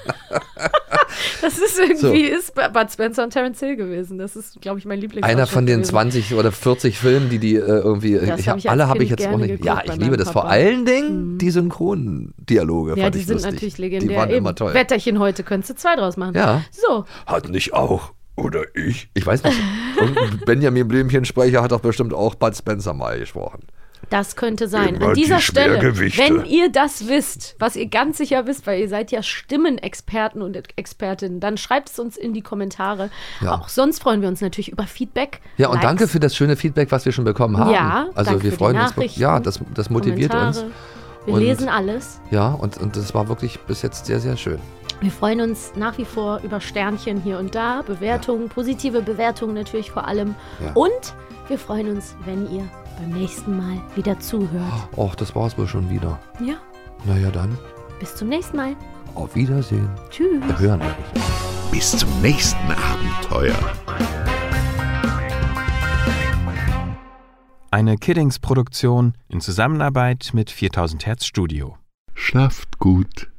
[SPEAKER 5] Das ist irgendwie ist bei Bud Spencer und Terence Hill gewesen. Das ist, glaube ich, mein Lieblings.
[SPEAKER 4] Einer von den
[SPEAKER 5] gewesen.
[SPEAKER 4] 20 oder 40 Filmen, die die äh, irgendwie.
[SPEAKER 5] Das
[SPEAKER 4] ich
[SPEAKER 5] hab
[SPEAKER 4] hab,
[SPEAKER 5] ich als
[SPEAKER 4] alle habe
[SPEAKER 5] Kind
[SPEAKER 4] ich jetzt auch
[SPEAKER 5] gerne
[SPEAKER 4] nicht.
[SPEAKER 5] geguckt
[SPEAKER 4] Ja,
[SPEAKER 5] bei
[SPEAKER 4] ich
[SPEAKER 5] meinem
[SPEAKER 4] liebe das. Vor
[SPEAKER 5] Papa. Mhm.
[SPEAKER 4] allen Dingen die Synchrondialoge.
[SPEAKER 5] Ja,
[SPEAKER 4] fand
[SPEAKER 5] die
[SPEAKER 4] ich
[SPEAKER 5] sind
[SPEAKER 4] lustig.
[SPEAKER 5] natürlich
[SPEAKER 4] Die
[SPEAKER 5] legendär.
[SPEAKER 4] waren
[SPEAKER 5] Eben.
[SPEAKER 4] immer toll.
[SPEAKER 5] Wetterchen heute könntest du zwei draus machen.
[SPEAKER 4] Ja.
[SPEAKER 5] So.
[SPEAKER 4] Hat nicht auch. Oder ich? Ich weiß nicht. Und Benjamin Blümchen-Sprecher hat doch bestimmt auch Bud Spencer mal gesprochen.
[SPEAKER 5] Das könnte sein.
[SPEAKER 4] Immer
[SPEAKER 5] An
[SPEAKER 4] die
[SPEAKER 5] dieser Stelle,
[SPEAKER 4] Schwergewichte.
[SPEAKER 5] wenn ihr das wisst, was ihr ganz sicher wisst, weil ihr seid ja Stimmenexperten und Expertinnen, dann schreibt es uns in die Kommentare.
[SPEAKER 4] Ja.
[SPEAKER 5] Auch sonst freuen wir uns natürlich über Feedback.
[SPEAKER 4] Ja, und
[SPEAKER 5] Likes.
[SPEAKER 4] danke für das schöne Feedback, was wir schon bekommen haben.
[SPEAKER 5] Ja,
[SPEAKER 4] also
[SPEAKER 5] danke
[SPEAKER 4] wir
[SPEAKER 5] für die
[SPEAKER 4] freuen uns.
[SPEAKER 5] Nachrichten,
[SPEAKER 4] Ja, das, das motiviert uns.
[SPEAKER 5] Kommentare. Wir
[SPEAKER 4] Und-
[SPEAKER 5] lesen alles.
[SPEAKER 4] Ja, und, und das war wirklich bis jetzt sehr, sehr schön.
[SPEAKER 5] Wir freuen uns nach wie vor über Sternchen hier und da, Bewertungen, positive Bewertungen natürlich vor allem.
[SPEAKER 4] Ja.
[SPEAKER 5] Und wir freuen uns, wenn ihr beim nächsten Mal wieder zuhört.
[SPEAKER 4] Och, das war's wohl schon wieder.
[SPEAKER 5] Ja,
[SPEAKER 4] Naja, dann
[SPEAKER 5] bis zum nächsten Mal.
[SPEAKER 4] auf Wiedersehen.
[SPEAKER 5] Tschüss.
[SPEAKER 4] Wir hören uns.
[SPEAKER 1] Bis zum nächsten Abenteuer.
[SPEAKER 16] Eine Kiddings-Produktion in Zusammenarbeit mit 4000 Hertz Studio.
[SPEAKER 1] Schlaft gut.